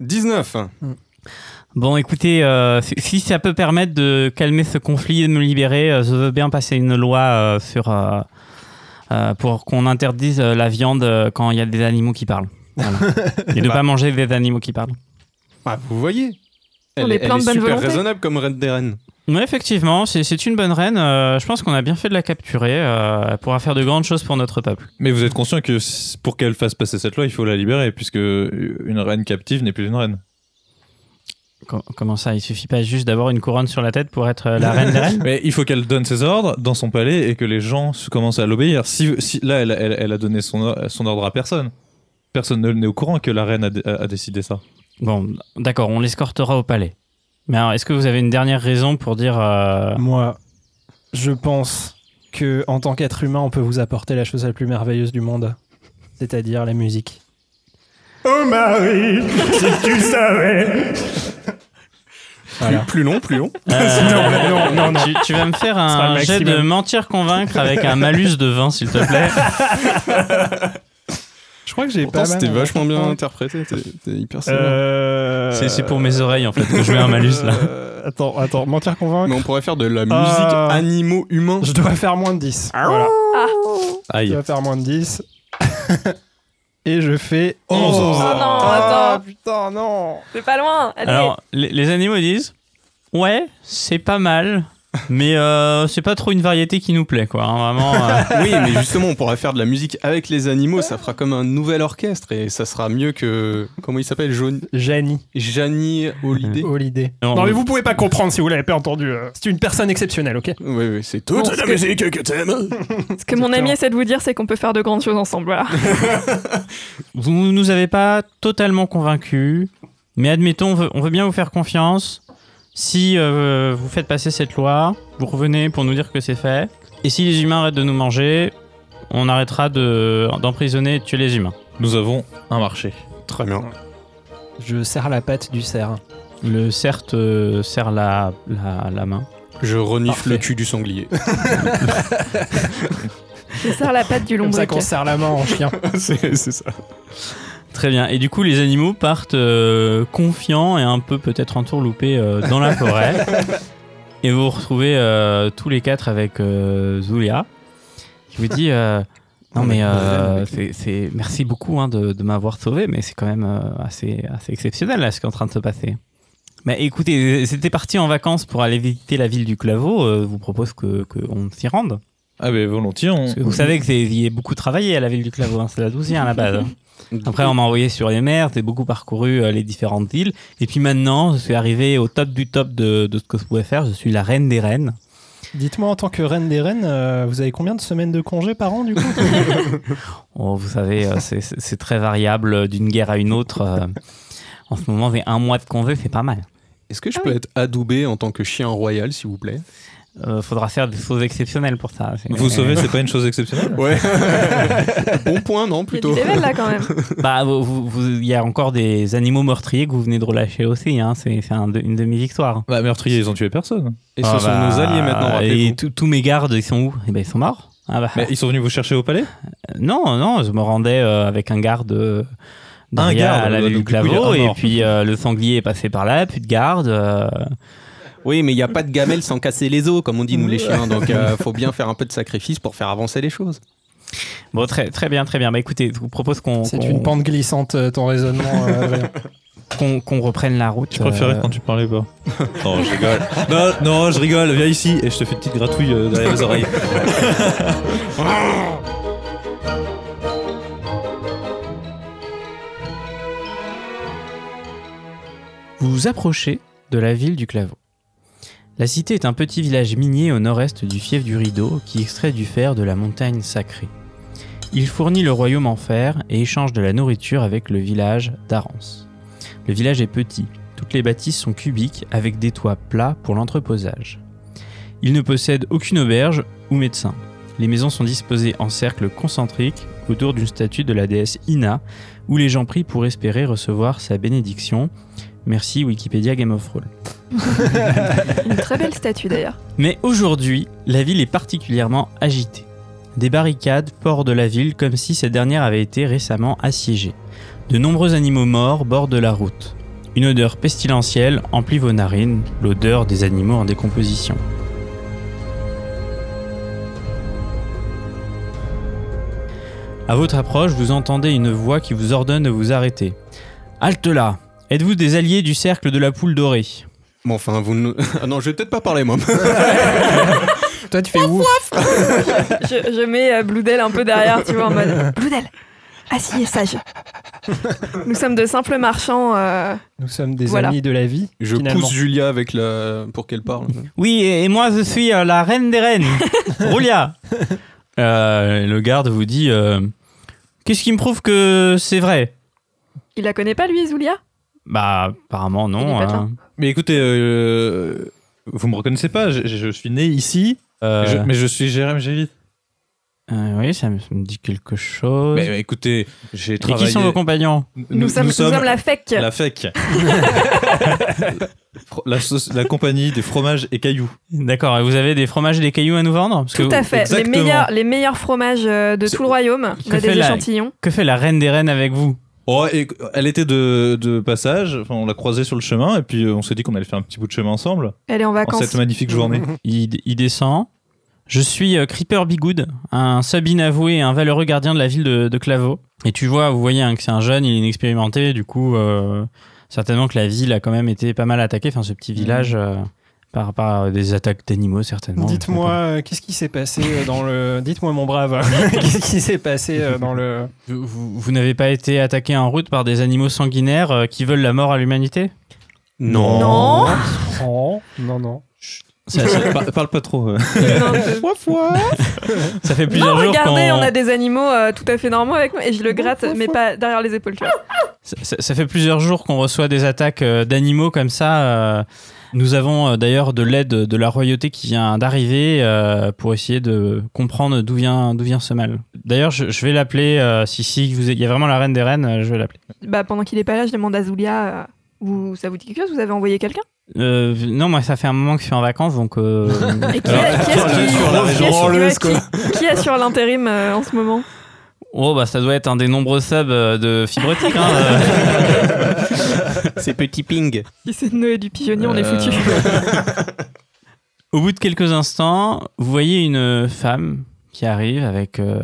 Speaker 2: 19.
Speaker 5: Bon, écoutez, euh, si- si ça peut permettre de calmer ce conflit et de me libérer, euh, je veux bien passer une loi euh, sur euh, euh, pour qu'on interdise euh, la viande euh, quand il y a des animaux qui parlent. Voilà. et de pas manger des animaux qui parlent.
Speaker 2: Ah, vous voyez.
Speaker 3: On
Speaker 2: Elle,
Speaker 3: est
Speaker 2: elle
Speaker 3: plein de bonne
Speaker 2: super
Speaker 3: volonté.
Speaker 2: raisonnable comme reine des reines.
Speaker 5: Oui, effectivement, c'est- c'est une bonne reine. euh, je pense qu'on a bien fait de la capturer. euh, elle pourra faire de grandes choses pour notre peuple.
Speaker 4: Mais vous êtes conscient que s- pour qu'elle fasse passer cette loi, il faut la libérer, puisque une reine captive n'est plus une reine.
Speaker 5: Com- comment ça Il suffit pas juste d'avoir une couronne sur la tête pour être euh, la reine des
Speaker 4: *laughs*
Speaker 5: reines
Speaker 4: Mais il faut qu'elle donne ses ordres dans son palais et que les gens se- commencent à l'obéir. Si, si- là, elle, elle- elle a donné son, or- son ordre à personne. Personne ne- n'est au courant que la reine a, dé- a- a décidé ça.
Speaker 5: Bon, d'accord, on l'escortera au palais. Mais alors, est-ce que vous avez une dernière raison pour dire euh,
Speaker 6: Moi, je pense que en tant qu'être humain, on peut vous apporter la chose la plus merveilleuse du monde, c'est-à-dire la musique.
Speaker 7: Oh Marie, si tu savais.
Speaker 6: Voilà.
Speaker 2: Plus long, plus long.
Speaker 5: *laughs* Euh,
Speaker 6: Non, non, non, non.
Speaker 5: Tu, tu vas me faire
Speaker 6: sera le
Speaker 5: un jet
Speaker 6: maximum.
Speaker 5: de mentir convaincre avec un malus de 20 s'il te plaît.
Speaker 6: Je crois que j'ai
Speaker 2: Pourtant,
Speaker 6: pas mal.
Speaker 2: c'était vachement bien interprété. T'es t'es hyper sévère.
Speaker 6: Euh,
Speaker 5: C'est c'est pour mes oreilles en fait que je mets un malus là.
Speaker 6: Euh, Attends, attends, mentir
Speaker 2: Mais
Speaker 6: convaincre.
Speaker 2: on pourrait faire de la musique
Speaker 6: Ah.
Speaker 2: animaux humains.
Speaker 6: Je dois faire moins de 10.
Speaker 4: Ah,
Speaker 6: Voilà. Je
Speaker 2: *laughs*
Speaker 4: Aïe.
Speaker 6: dois faire moins de 10. *laughs* Et je fais 11.
Speaker 2: Onze. Oh non,
Speaker 6: Ah,
Speaker 3: attends.
Speaker 6: putain, non.
Speaker 3: C'est pas loin. Allez.
Speaker 5: Alors les, les animaux ils disent ouais c'est pas mal mais euh, c'est pas trop une variété qui nous plaît quoi hein, vraiment.
Speaker 6: *laughs*
Speaker 5: euh.
Speaker 2: oui, mais justement, on pourrait faire de la musique avec les animaux. Ça fera comme un nouvel orchestre et ça sera mieux que. Comment il s'appelle Jaune-
Speaker 6: Janie,
Speaker 2: Jani Holiday
Speaker 6: Holiday.
Speaker 5: Non,
Speaker 7: Non mais vous pouvez pas comprendre si vous l'avez pas entendu. euh.
Speaker 6: C'est une personne exceptionnelle, ok
Speaker 2: Oui, oui, c'est
Speaker 3: Bon,
Speaker 2: tout.
Speaker 3: ce, que,
Speaker 7: que t'aimes.
Speaker 3: ce que mon ami essaie de vous dire, c'est qu'on peut faire de grandes choses ensemble. Voilà.
Speaker 5: Vous nous avez pas totalement convaincus mais admettons on veut, on veut bien vous faire confiance. Si euh, vous faites passer cette loi, vous revenez pour nous dire que c'est fait. Et si les humains arrêtent de nous manger, on arrêtera de- d'emprisonner et de tuer les humains.
Speaker 4: Nous avons un marché.
Speaker 2: Très bien.
Speaker 6: Je serre la patte du cerf.
Speaker 5: Le cerf te serre la, la, la main.
Speaker 2: Je renifle
Speaker 6: Parfait.
Speaker 2: le cul du
Speaker 3: *laughs*
Speaker 2: sanglier.
Speaker 3: Je serre la patte du
Speaker 6: Comme ça
Speaker 3: lombric.
Speaker 6: qu'on serre la main en
Speaker 7: *laughs*
Speaker 6: chien.
Speaker 2: c'est c'est ça.
Speaker 5: Très bien. Et du coup, les animaux partent euh, confiants et un peu peut-être entourloupés euh, dans la *laughs* forêt. et vous vous retrouvez euh, tous les quatre avec euh, Zulia, qui vous dit euh, Non, mais euh, c'est- c'est- merci beaucoup hein, de, de m'avoir sauvé, mais c'est quand même euh, assez, assez exceptionnel là, ce qui est en train de se passer. Bah, écoutez, c'était parti en vacances pour aller visiter la ville du Claveau. euh, je vous propose qu'on que on s'y rende.
Speaker 4: Ah, mais volontiers, on.
Speaker 5: Parce que vous savez que c'est- j'y ai beaucoup travaillé à la ville du Claveau, hein, c'est la douzième à la base. Après, on m'a envoyé sur les mers, j'ai beaucoup parcouru euh, les différentes îles. Et puis maintenant, je suis arrivé au top du top de, de ce que je pouvais faire. Je suis la reine des reines.
Speaker 6: Dites-moi, en tant que reine des reines, euh, vous avez combien de semaines de congé par an, du *laughs* coup
Speaker 5: Oh, vous savez, euh, c'est- c'est c'est très variable euh, d'une guerre à une autre. euh. En ce moment, j'ai un mois de congé, c'est pas mal.
Speaker 2: Est-ce que je
Speaker 3: Ah
Speaker 2: peux
Speaker 3: oui.
Speaker 2: être adoubé en tant que chien royal, s'il vous plaît
Speaker 5: Euh, faudra faire des choses exceptionnelles pour ça. C'est-
Speaker 4: Vous *laughs* sauvez, c'est pas une chose exceptionnelle
Speaker 2: Ouais. *laughs* bon point, non,
Speaker 3: Il y a du
Speaker 2: plutôt.
Speaker 3: level là quand même.
Speaker 5: Bah, vous- vous- vous- il y a encore des animaux meurtriers que vous venez de relâcher aussi. Hein. C'est c'est un de- une demi-victoire.
Speaker 4: Bah, meurtrier, ils ont tué personne.
Speaker 2: Et ce
Speaker 5: Ah
Speaker 2: sont
Speaker 5: bah,
Speaker 2: nos alliés maintenant,
Speaker 5: Et
Speaker 2: rappelez-vous.
Speaker 5: tous tous mes gardes, ils sont où Eh ben, ils sont morts. Ah bah.
Speaker 4: Mais ils sont venus vous chercher au palais
Speaker 5: Non, non, je me rendais euh, avec un garde. euh, derrière
Speaker 4: Ah, garde,
Speaker 5: à la
Speaker 4: donc
Speaker 5: ville du
Speaker 4: du coup, il y a
Speaker 5: Claveau,
Speaker 4: un
Speaker 5: et
Speaker 4: mort.
Speaker 5: puis euh, le sanglier est passé par là, plus de garde. euh,
Speaker 2: Oui, mais il n'y a pas de gamelle sans casser les os, comme on dit nous
Speaker 3: Mm.
Speaker 2: les chiens. Donc *laughs* euh, faut bien faire un peu de sacrifice pour faire avancer les choses.
Speaker 5: Bon, très, très bien, très bien. Bah écoutez, je vous propose qu'on
Speaker 6: C'est
Speaker 5: qu'on-
Speaker 6: une pente glissante, euh, ton raisonnement. euh, Adrien.
Speaker 5: qu'on- qu'on reprenne la route.
Speaker 4: Je préférais
Speaker 5: euh,
Speaker 4: quand tu parlais pas. *laughs* Non, je rigole. Non, non, je rigole. Viens ici et je te fais une petite gratouille euh, derrière les oreilles.
Speaker 5: Vous vous approchez de la ville du Claveau. La cité est un petit village minier au nord-est du fief du Rideau qui extrait du fer de la montagne sacrée. Il fournit le royaume en fer et échange de la nourriture avec le village d'Arance. Le village est petit, toutes les bâtisses sont cubiques avec des toits plats pour l'entreposage. Il ne possède aucune auberge ou médecin. Les maisons sont disposées en cercles concentriques autour d'une statue de la déesse Ina où les gens prient pour espérer recevoir sa bénédiction. Merci Wikipédia Game of Thrones.
Speaker 3: Une très belle statue d'ailleurs.
Speaker 5: Mais aujourd'hui, la ville est particulièrement agitée. Des barricades portent de la ville comme si cette dernière avait été récemment assiégée. De nombreux animaux morts bordent la route. Une odeur pestilentielle emplit vos narines, l'odeur des animaux en décomposition. À votre approche, vous entendez une voix qui vous ordonne de vous arrêter. Halte là Êtes-vous des alliés du cercle de la poule dorée
Speaker 2: Mais enfin, vous ne... *laughs* Ah non, je vais peut-être pas parler, moi.
Speaker 6: *laughs*
Speaker 2: *laughs*
Speaker 6: Toi, tu fais ouf.
Speaker 3: Je, je mets euh, Bloudel un peu derrière, tu vois, en mode Bloudel, assis et sage. Nous sommes de simples marchands. euh,
Speaker 6: Nous sommes des
Speaker 3: Voilà.
Speaker 6: amis de la vie.
Speaker 2: Je
Speaker 6: finalement.
Speaker 2: pousse Julia avec la... pour qu'elle parle.
Speaker 5: Oui, et et moi je suis euh, la reine des
Speaker 3: *laughs*
Speaker 5: reines, Roulia. Euh, le garde vous dit euh, Qu'est-ce qui me prouve que c'est vrai
Speaker 3: Il la connaît pas, lui, Zulia
Speaker 5: Bah, apparemment, non.
Speaker 3: Il est pas
Speaker 5: hein.
Speaker 4: Mais écoutez, euh, vous me reconnaissez pas, je, je suis né ici,
Speaker 5: Euh,
Speaker 4: je- mais je suis Jérém Gévit.
Speaker 5: euh, oui, ça me, ça me dit quelque chose.
Speaker 4: Mais euh, écoutez, j'ai
Speaker 5: et
Speaker 4: travaillé.
Speaker 5: qui sont vos compagnons
Speaker 3: nous, sommes, nous sommes la FEC.
Speaker 4: la FEC.
Speaker 3: *laughs*
Speaker 4: la, sauce- la compagnie des fromages et cailloux.
Speaker 5: D'accord, et vous avez des fromages et des cailloux à nous vendre Parce que
Speaker 3: Tout à fait. Les
Speaker 4: exactement.
Speaker 3: meilleurs, les meilleurs fromages euh, de tout le royaume.
Speaker 5: Que
Speaker 3: On a des
Speaker 5: fait la-
Speaker 3: échantillons.
Speaker 5: Que fait la reine des reines avec vous
Speaker 4: Oh, et- elle était de, de passage, enfin, on l'a croisée sur le chemin et puis euh, on s'est dit qu'on allait faire un petit bout de chemin ensemble
Speaker 3: Elle est en
Speaker 4: en
Speaker 3: vacances.
Speaker 4: cette magnifique journée.
Speaker 5: il, il descend. Je suis euh, Creeper Bigood, un sub inavoué et un valeureux gardien de la ville de, de Claveau. Et tu vois, vous voyez hein, que c'est un jeune, il est inexpérimenté, du coup, euh, certainement que la ville a quand même été pas mal attaquée, enfin ce petit village, euh, par, par des attaques d'animaux, certainement.
Speaker 6: Dites-moi, euh, qu'est-ce qui s'est passé euh, dans le. Dites-moi, mon brave, *laughs* qu'est-ce qui s'est passé euh, dans le.
Speaker 5: Vous, vous- vous n'avez pas été attaqué en route par des animaux sanguinaires euh, qui veulent la mort à l'humanité
Speaker 2: Non.
Speaker 3: Non,
Speaker 6: Oh, non, non.
Speaker 5: ça, ça-
Speaker 4: Par- parle pas trop. euh.
Speaker 3: Non, je-
Speaker 5: ça fait plusieurs
Speaker 3: non
Speaker 5: jours
Speaker 3: regardez,
Speaker 5: qu'on-
Speaker 3: on a des animaux euh, tout à fait normaux avec moi et je le gratte, mais pas derrière les épaules. tu vois.
Speaker 5: Ça, ça- ça fait plusieurs jours qu'on reçoit des attaques euh, d'animaux comme ça. euh, nous avons euh, d'ailleurs de l'aide de la royauté qui vient d'arriver euh, pour essayer de comprendre d'où vient, d'où vient ce mal. D'ailleurs, je, je vais l'appeler. euh, si, si, vous êtes- il y a vraiment la reine des reines, euh, je vais l'appeler.
Speaker 3: Bah, pendant qu'il est pas là, je demande à Zulia euh, vous, ça vous dit quelque chose Vous avez envoyé quelqu'un
Speaker 5: Euh, non, moi, ça fait un moment que je suis en vacances, donc. euh,
Speaker 3: Et
Speaker 2: *laughs*
Speaker 3: qui, a- qui est-ce qui-
Speaker 2: sur la
Speaker 3: qui est-
Speaker 2: région
Speaker 3: qui-
Speaker 2: hurleuse, quoi.
Speaker 3: qui- qui est sur l'intérim euh, en ce moment
Speaker 5: *laughs* oh, bah, ça doit être un des nombreux subs euh, de Fibre Tigre. hein, euh.
Speaker 2: C'est petit ping.
Speaker 3: Si c'est Noé du pigeonnier, on est
Speaker 5: Euh,
Speaker 3: foutu.
Speaker 5: Au bout de quelques instants, vous voyez une femme qui arrive avec euh,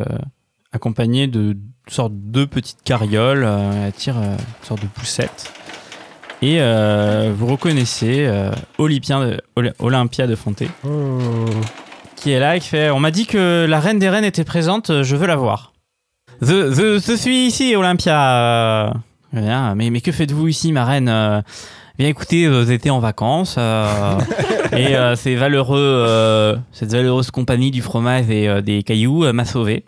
Speaker 5: accompagnée de sorte de petites carrioles. euh, elle tire euh, une sorte de poussette. Et euh, vous reconnaissez euh, Olympien de- Oly- Olympia de Fonté qui est là et qui fait On m'a dit que la reine des reines était présente, euh, je veux la voir. Je, je- je suis ici, Olympia. euh. Eh Bien, mais, mais que faites-vous ici, ma reine Euh, Bien écoutez, euh, j'étais en vacances euh, et euh, ces valeureux, euh, cette valeureuse compagnie du fromage et euh, des cailloux euh, m'a sauvé.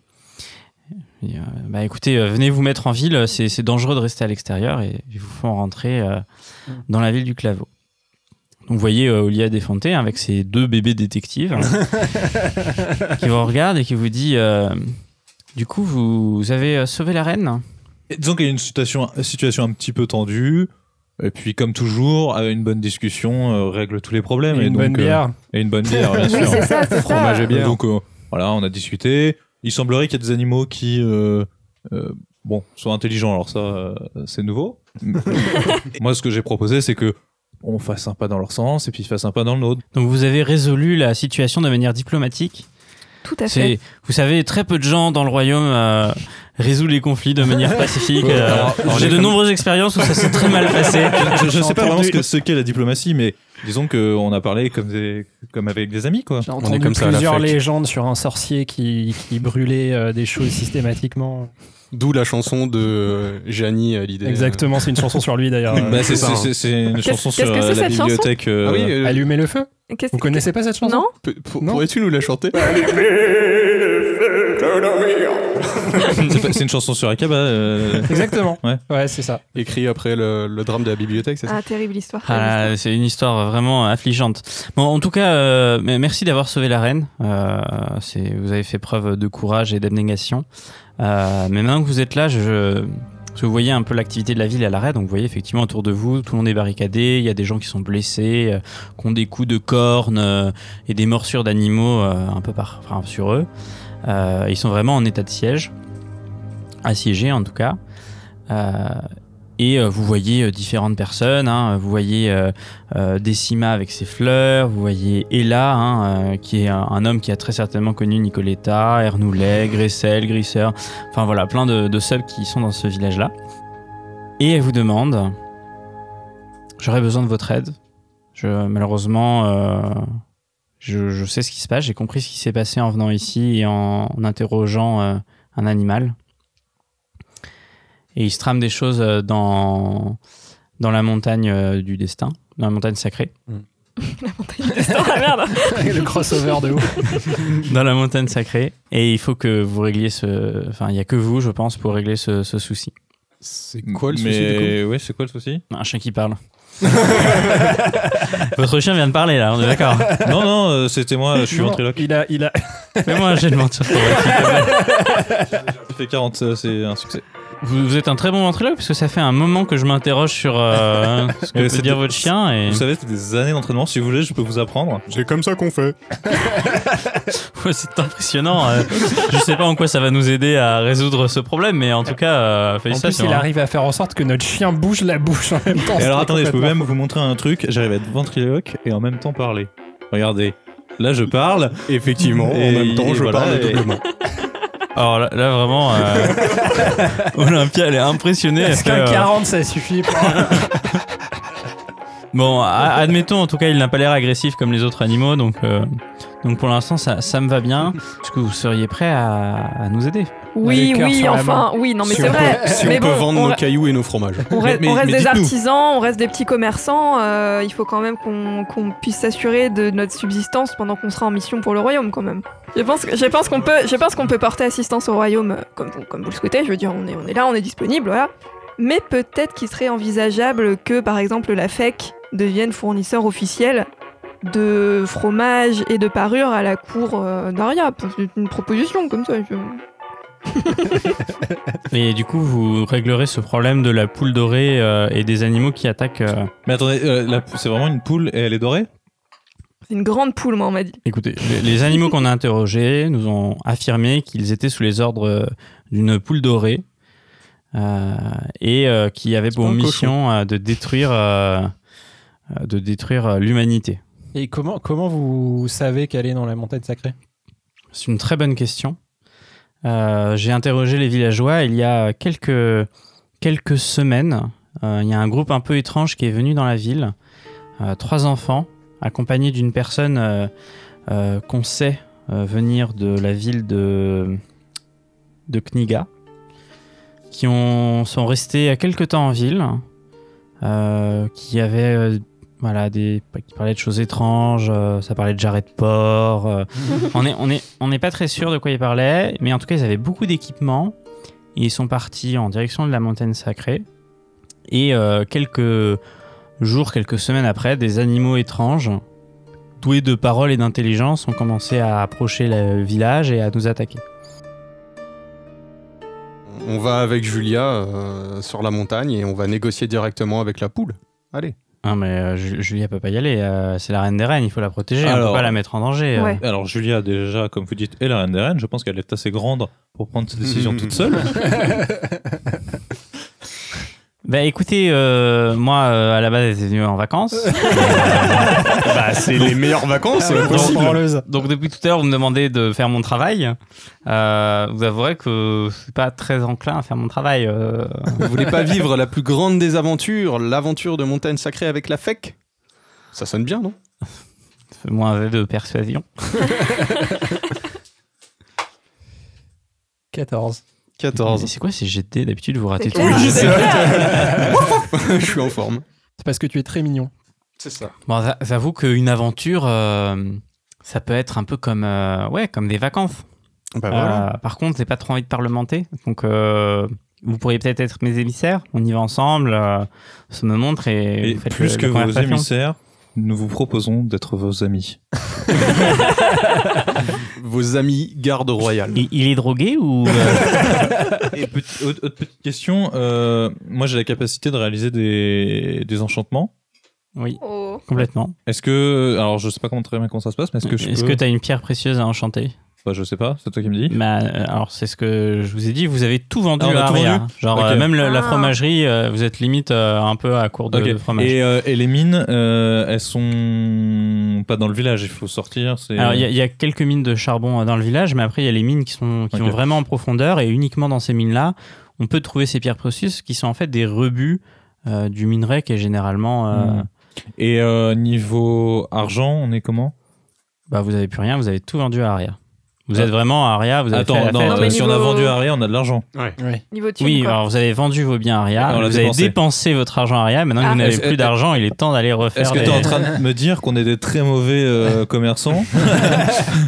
Speaker 5: Et, euh, bah écoutez, euh, venez vous mettre en ville, c'est c'est dangereux de rester à l'extérieur et ils vous font rentrer euh, dans la ville du Claveau. Donc vous voyez euh, Olia Desfonté avec ses deux bébés détectives hein, qui vous regardent et qui vous dit euh, Du coup, vous, vous avez euh, sauvé la reine
Speaker 4: Et Disons qu'il y a une situation, situation un petit peu tendue. Et puis, comme toujours, euh, une bonne discussion euh, règle tous les problèmes.
Speaker 6: Une
Speaker 4: et donc,
Speaker 6: bonne
Speaker 4: euh,
Speaker 6: bière.
Speaker 4: et une bonne bière, bien
Speaker 3: *laughs* Oui,
Speaker 4: sûr.
Speaker 3: c'est ça, c'est ça.
Speaker 2: Fromage et bière.
Speaker 4: Donc euh, voilà, on a discuté. Il semblerait qu'il y a des animaux qui, euh, euh, bon, soient intelligents. Alors ça, euh, c'est nouveau.
Speaker 3: *laughs*
Speaker 4: Moi, ce que j'ai proposé, c'est que on fasse un pas dans leur sens et puis ils fassent un pas dans le nôtre.
Speaker 5: Donc vous avez résolu la situation de manière diplomatique.
Speaker 3: *laughs* Tout à fait.
Speaker 5: C'est, vous savez, très peu de gens dans le royaume euh, résout les conflits de
Speaker 4: *laughs*
Speaker 5: manière pacifique.
Speaker 4: Ouais,
Speaker 5: euh,
Speaker 4: alors, alors,
Speaker 5: J'ai
Speaker 4: j'ai
Speaker 5: de
Speaker 4: comme-
Speaker 5: nombreuses expériences où ça s'est très mal passé.
Speaker 4: Je, je sais pas
Speaker 6: entendu-
Speaker 4: vraiment ce que- ce qu'est la diplomatie, mais disons qu'on a parlé comme des, comme avec des amis, quoi.
Speaker 6: J'ai
Speaker 2: est
Speaker 6: entendu
Speaker 2: comme ça à la
Speaker 6: plusieurs
Speaker 2: fac.
Speaker 6: légendes sur un sorcier qui, qui brûlait euh, des choses systématiquement.
Speaker 2: D'où la chanson de euh, Gianni à l'idée.
Speaker 6: Exactement, c'est une chanson sur lui d'ailleurs.
Speaker 2: Bah,
Speaker 6: Euh,
Speaker 4: Bah, c'est
Speaker 2: ça,
Speaker 4: c'est-
Speaker 2: hein.
Speaker 4: c'est- c'est une
Speaker 3: Qu'est-ce-
Speaker 4: chanson
Speaker 3: qu'est-ce
Speaker 4: sur
Speaker 3: que
Speaker 4: euh,
Speaker 3: c'est,
Speaker 4: la
Speaker 3: cette chanson
Speaker 4: bibliothèque. euh,
Speaker 2: Ah oui, euh,
Speaker 6: Allumer le feu
Speaker 3: Qu'est-ce-
Speaker 6: Vous connaissez pas cette chanson
Speaker 3: Non
Speaker 2: p- pour-
Speaker 6: Non.
Speaker 2: pourrais-tu nous la chanter
Speaker 4: c'est pas- c'est une chanson sur Akaba. euh,
Speaker 6: Exactement.
Speaker 4: Ouais.
Speaker 6: ouais c'est ça.
Speaker 2: Écrit après le, le drame de la bibliothèque, c'est ça
Speaker 3: Ah, terrible histoire. terrible
Speaker 5: Ah là, c'est une histoire vraiment affligeante. Bon, en tout cas, euh, mais merci d'avoir sauvé la reine. Euh, c'est- vous avez fait preuve de courage et d'abnégation. Euh, mais maintenant que vous êtes là, je, je- parce que vous voyez un peu l'activité de la ville à l'arrêt. Donc, vous voyez effectivement autour de vous, tout le monde est barricadé. Il y a des gens qui sont blessés, euh, qui ont des coups de cornes euh, et des morsures d'animaux euh, un peu par, enfin, sur eux. Euh, ils sont vraiment en état de siège, assiégés en tout cas. Euh, et euh, vous voyez euh, différentes personnes. hein. vous voyez euh, euh, Decima avec ses fleurs. Vous voyez Ella, hein, euh, qui est un, un homme qui a très certainement connu Nicoletta, Ernoulet, Gressel, Grisseur. Enfin voilà, plein de, de subs qui sont dans ce village-là. Et elle vous demande J'aurais besoin de votre aide. Je, malheureusement, euh, je, je sais ce qui se passe. J'ai compris ce qui s'est passé en venant ici et en, en interrogeant euh, un animal et il se trame des choses euh, dans, dans la montagne euh, du destin, dans la montagne sacrée.
Speaker 3: histoire. Ah, merde.
Speaker 6: *laughs* le crossover de ouf.
Speaker 5: Dans la montagne sacrée. Et il faut que vous régliez ce. Enfin, il n'y a que vous, je pense, pour régler ce, ce souci.
Speaker 2: C'est quoi le
Speaker 4: mais...
Speaker 2: souci du coup
Speaker 4: ouais, c'est quoi le souci
Speaker 5: Un chien qui parle. *laughs* Votre chien vient de parler là, on est d'accord.
Speaker 4: Non, non, euh, c'était moi, je suis
Speaker 6: Non,
Speaker 4: ventriloque.
Speaker 6: Il a, il a.
Speaker 5: Fais-moi un jet de mentir.
Speaker 4: J'ai fait 40, euh, c'est un succès.
Speaker 5: Vous, vous êtes un très bon ventriloque parce que ça fait un moment que je m'interroge sur euh, ce que
Speaker 4: Euh,
Speaker 5: peut
Speaker 4: c'était-
Speaker 5: dire votre chien et
Speaker 4: Vous savez, c'est des années d'entraînement. Si vous voulez, je peux vous apprendre.
Speaker 2: C'est comme ça qu'on fait.
Speaker 5: *laughs* Ouais, c'est impressionnant. euh. je sais pas en quoi ça va nous aider à résoudre ce problème, mais en tout cas, euh,
Speaker 6: En plus,
Speaker 5: félicitations.
Speaker 6: il
Speaker 5: hein.
Speaker 6: arrive à faire en sorte que notre chien bouge la bouche en même temps.
Speaker 4: Et alors,
Speaker 6: C'est
Speaker 4: attendez, je peux
Speaker 6: complètement
Speaker 4: même vous montrer un truc. J'arrive à être ventriloque et en même temps parler. Regardez. Là, je parle.
Speaker 2: Effectivement,
Speaker 4: Et-
Speaker 2: en même temps,
Speaker 4: et
Speaker 2: je
Speaker 4: voilà,
Speaker 2: parle
Speaker 4: et-
Speaker 2: doublement.
Speaker 5: Alors là, là, *laughs* vraiment, euh, Olympia, elle est impressionnée. elle
Speaker 6: Est-ce
Speaker 5: fait,
Speaker 6: qu'un
Speaker 5: euh,
Speaker 6: 40 ça suffit pour-
Speaker 5: Bon, a- admettons, en tout cas, il n'a pas l'air agressif comme les autres animaux, donc, euh, donc pour l'instant, ça, ça me va bien. Est-ce que vous seriez prêt à, à nous aider
Speaker 6: Les
Speaker 3: Oui,
Speaker 6: cœurs
Speaker 3: oui,
Speaker 6: sur la
Speaker 3: enfin, oui, non mais
Speaker 2: Si
Speaker 3: c'est
Speaker 2: on
Speaker 3: vrai.
Speaker 2: peut- *laughs* si on
Speaker 3: mais
Speaker 2: peut
Speaker 3: bon,
Speaker 2: vendre
Speaker 3: on,
Speaker 2: nos
Speaker 3: re-
Speaker 2: cailloux et nos fromages.
Speaker 3: on
Speaker 4: Mais-
Speaker 3: reste,
Speaker 4: mais-
Speaker 3: on reste
Speaker 4: mais
Speaker 3: des
Speaker 4: dites-nous.
Speaker 3: artisans, on reste des petits commerçants. euh, il faut quand même qu'on qu'on puisse s'assurer de notre subsistance pendant qu'on sera en mission pour le royaume, quand même. Je pense, que- je pense qu'on peut, je pense qu'on peut porter assistance au royaume euh, comme vous, comme vous le souhaitez. Je veux dire, on est, on est là, on est disponible, voilà. Mais peut-être qu'il serait envisageable que, par exemple, la FEC devienne fournisseur officiel de fromage et de parures à la cour euh, d'Aria. C'est une proposition comme ça. je-
Speaker 5: Et du coup, vous réglerez ce problème de la poule dorée euh, et des animaux qui attaquent. euh,
Speaker 4: Mais attendez, euh, la- c'est vraiment une poule et elle est dorée
Speaker 3: C'est une grande poule, moi, on m'a dit.
Speaker 5: Écoutez, les- les animaux qu'on a interrogés nous ont affirmé qu'ils étaient sous les ordres euh, d'une poule dorée euh, et euh, qui avait pour
Speaker 2: pas un
Speaker 5: mission euh, de détruire, euh, euh, de détruire euh, l'humanité.
Speaker 6: *laughs* Et comment, comment vous savez qu'elle est dans la montagne sacrée
Speaker 5: C'est une très bonne question. Euh, J'ai interrogé les villageois il y a quelques, quelques semaines. Euh, il y a un groupe un peu étrange qui est venu dans la ville. Euh, trois enfants, accompagnés d'une personne euh, euh, qu'on sait euh, venir de la ville de, de Kniga, qui ont, sont restés à quelques temps en ville, euh, qui avaient... euh, voilà, des, qui parlaient de choses étranges, euh, ça parlait de jarret de porc, euh, on est, on est, on n'est pas très sûr de quoi ils parlaient, mais en tout cas, ils avaient beaucoup d'équipements. Et Ils sont partis en direction de la montagne sacrée. Et euh, quelques jours, quelques semaines après, des animaux étranges, doués de paroles et d'intelligence, ont commencé à approcher le village et à nous attaquer.
Speaker 2: On va avec Julia euh, sur la montagne et on va négocier directement avec la poule. Allez.
Speaker 5: Ah mais euh, Ju- Julia peut pas y aller, euh, c'est la reine des reines, il faut la protéger, on
Speaker 4: Alors-
Speaker 5: peut pas la mettre en danger. euh.
Speaker 3: Ouais.
Speaker 4: Alors, Julia, déjà, comme vous dites, est la reine des reines. Je pense qu'elle est assez grande pour prendre ses décisions
Speaker 2: Mhm.
Speaker 4: toute seule.
Speaker 5: Bah écoutez, euh, moi euh, à la base j'étais venu en vacances,
Speaker 2: Bah, c'est les *laughs* meilleures vacances euh,
Speaker 6: Ah,
Speaker 2: possibles.
Speaker 6: branleuse.
Speaker 5: Donc depuis tout à l'heure, vous me demandez de faire mon travail. Euh, vous avouerez que je suis pas très enclin à faire mon travail. euh.
Speaker 2: Vous voulez pas vivre la plus grande des aventures, l'aventure de montagne sacrée avec la FEC Ça sonne bien, non
Speaker 5: Fais-moi un jet de persuasion.
Speaker 6: 14.
Speaker 5: Mais
Speaker 2: 14.
Speaker 5: C'est quoi ces GT D'habitude, vous ratez
Speaker 3: C'est
Speaker 5: tout.
Speaker 3: clair.
Speaker 5: le jeu.
Speaker 3: Oui,
Speaker 2: *laughs*
Speaker 3: c'est-
Speaker 2: Je suis en forme.
Speaker 6: C'est parce que tu es très mignon.
Speaker 2: C'est ça.
Speaker 5: Bon, j'a- j'avoue qu'une aventure, euh, ça peut être un peu comme, euh, ouais, comme des vacances.
Speaker 2: Bah
Speaker 4: Ah
Speaker 3: Ah.
Speaker 2: voilà.
Speaker 5: Euh, par contre, j'ai pas trop envie de parlementer. Donc, euh, vous pourriez peut-être être mes émissaires. On y va ensemble. euh, on se me montre et,
Speaker 4: Et
Speaker 5: vous faites
Speaker 4: plus
Speaker 5: le-
Speaker 4: que
Speaker 5: la
Speaker 4: vos
Speaker 5: conversation.
Speaker 4: émissaires, nous vous proposons d'être vos amis.
Speaker 2: Vos amis garde royale.
Speaker 5: Il, il est drogué ou euh,
Speaker 4: Et petit- autre, autre petite question, euh, moi j'ai la capacité de réaliser des, des enchantements.
Speaker 5: *laughs* Oui,
Speaker 3: Oh.
Speaker 5: complètement.
Speaker 4: Est-ce que, alors je sais pas comment très bien comment ça se passe, mais est-ce que je
Speaker 5: Est-ce que
Speaker 4: peux
Speaker 5: t'as une pierre précieuse à enchanter
Speaker 4: Bah, Je sais pas, c'est toi qui me dis.
Speaker 5: Bah, euh, alors c'est ce que je vous ai dit, vous avez tout vendu
Speaker 4: Ah, on a
Speaker 5: à
Speaker 4: tout
Speaker 5: Aria.
Speaker 4: vendu
Speaker 5: Genre
Speaker 4: Ok.
Speaker 5: euh, même le- la
Speaker 3: Ah.
Speaker 5: fromagerie, euh, vous êtes limite euh, un peu à court de,
Speaker 4: Ok.
Speaker 5: de fromage.
Speaker 4: Et, euh, et les mines, euh, elles sont pas dans le village, il faut sortir. c'est-
Speaker 5: Alors, il y, a- il y a quelques mines de charbon euh, dans le village, mais après, il y a les mines qui sont qui
Speaker 4: Ok.
Speaker 5: vont vraiment en profondeur, et uniquement dans ces mines-là, on peut trouver ces pierres précieuses qui sont en fait des rebuts euh, du minerai qui est généralement. euh,
Speaker 4: Hmm. Et euh, niveau argent, on est comment
Speaker 5: bah, vous avez plus rien, vous avez tout vendu à Aria. Vous
Speaker 4: Ah.
Speaker 5: êtes vraiment à Aria, vous avez
Speaker 4: Attends,
Speaker 5: fait la
Speaker 4: non,
Speaker 5: fête.
Speaker 4: euh,
Speaker 3: mais
Speaker 4: si on a
Speaker 3: niveau-
Speaker 4: vendu à Aria, on a de l'argent.
Speaker 3: Niveau thune,
Speaker 5: Oui,
Speaker 3: quoi.
Speaker 5: alors vous avez vendu vos biens à
Speaker 4: Ah,
Speaker 5: Aria,
Speaker 4: on l'a
Speaker 5: vous avez
Speaker 4: dépensé.
Speaker 5: dépensé votre argent à Aria, maintenant que
Speaker 3: Ah.
Speaker 5: vous n'avez
Speaker 4: Est-ce-
Speaker 5: plus d'argent, il est temps d'aller
Speaker 4: Est-ce
Speaker 5: refaire
Speaker 4: que
Speaker 5: des...
Speaker 4: t'es en train de me dire qu'on est des très mauvais
Speaker 5: *laughs*
Speaker 4: euh, commerçants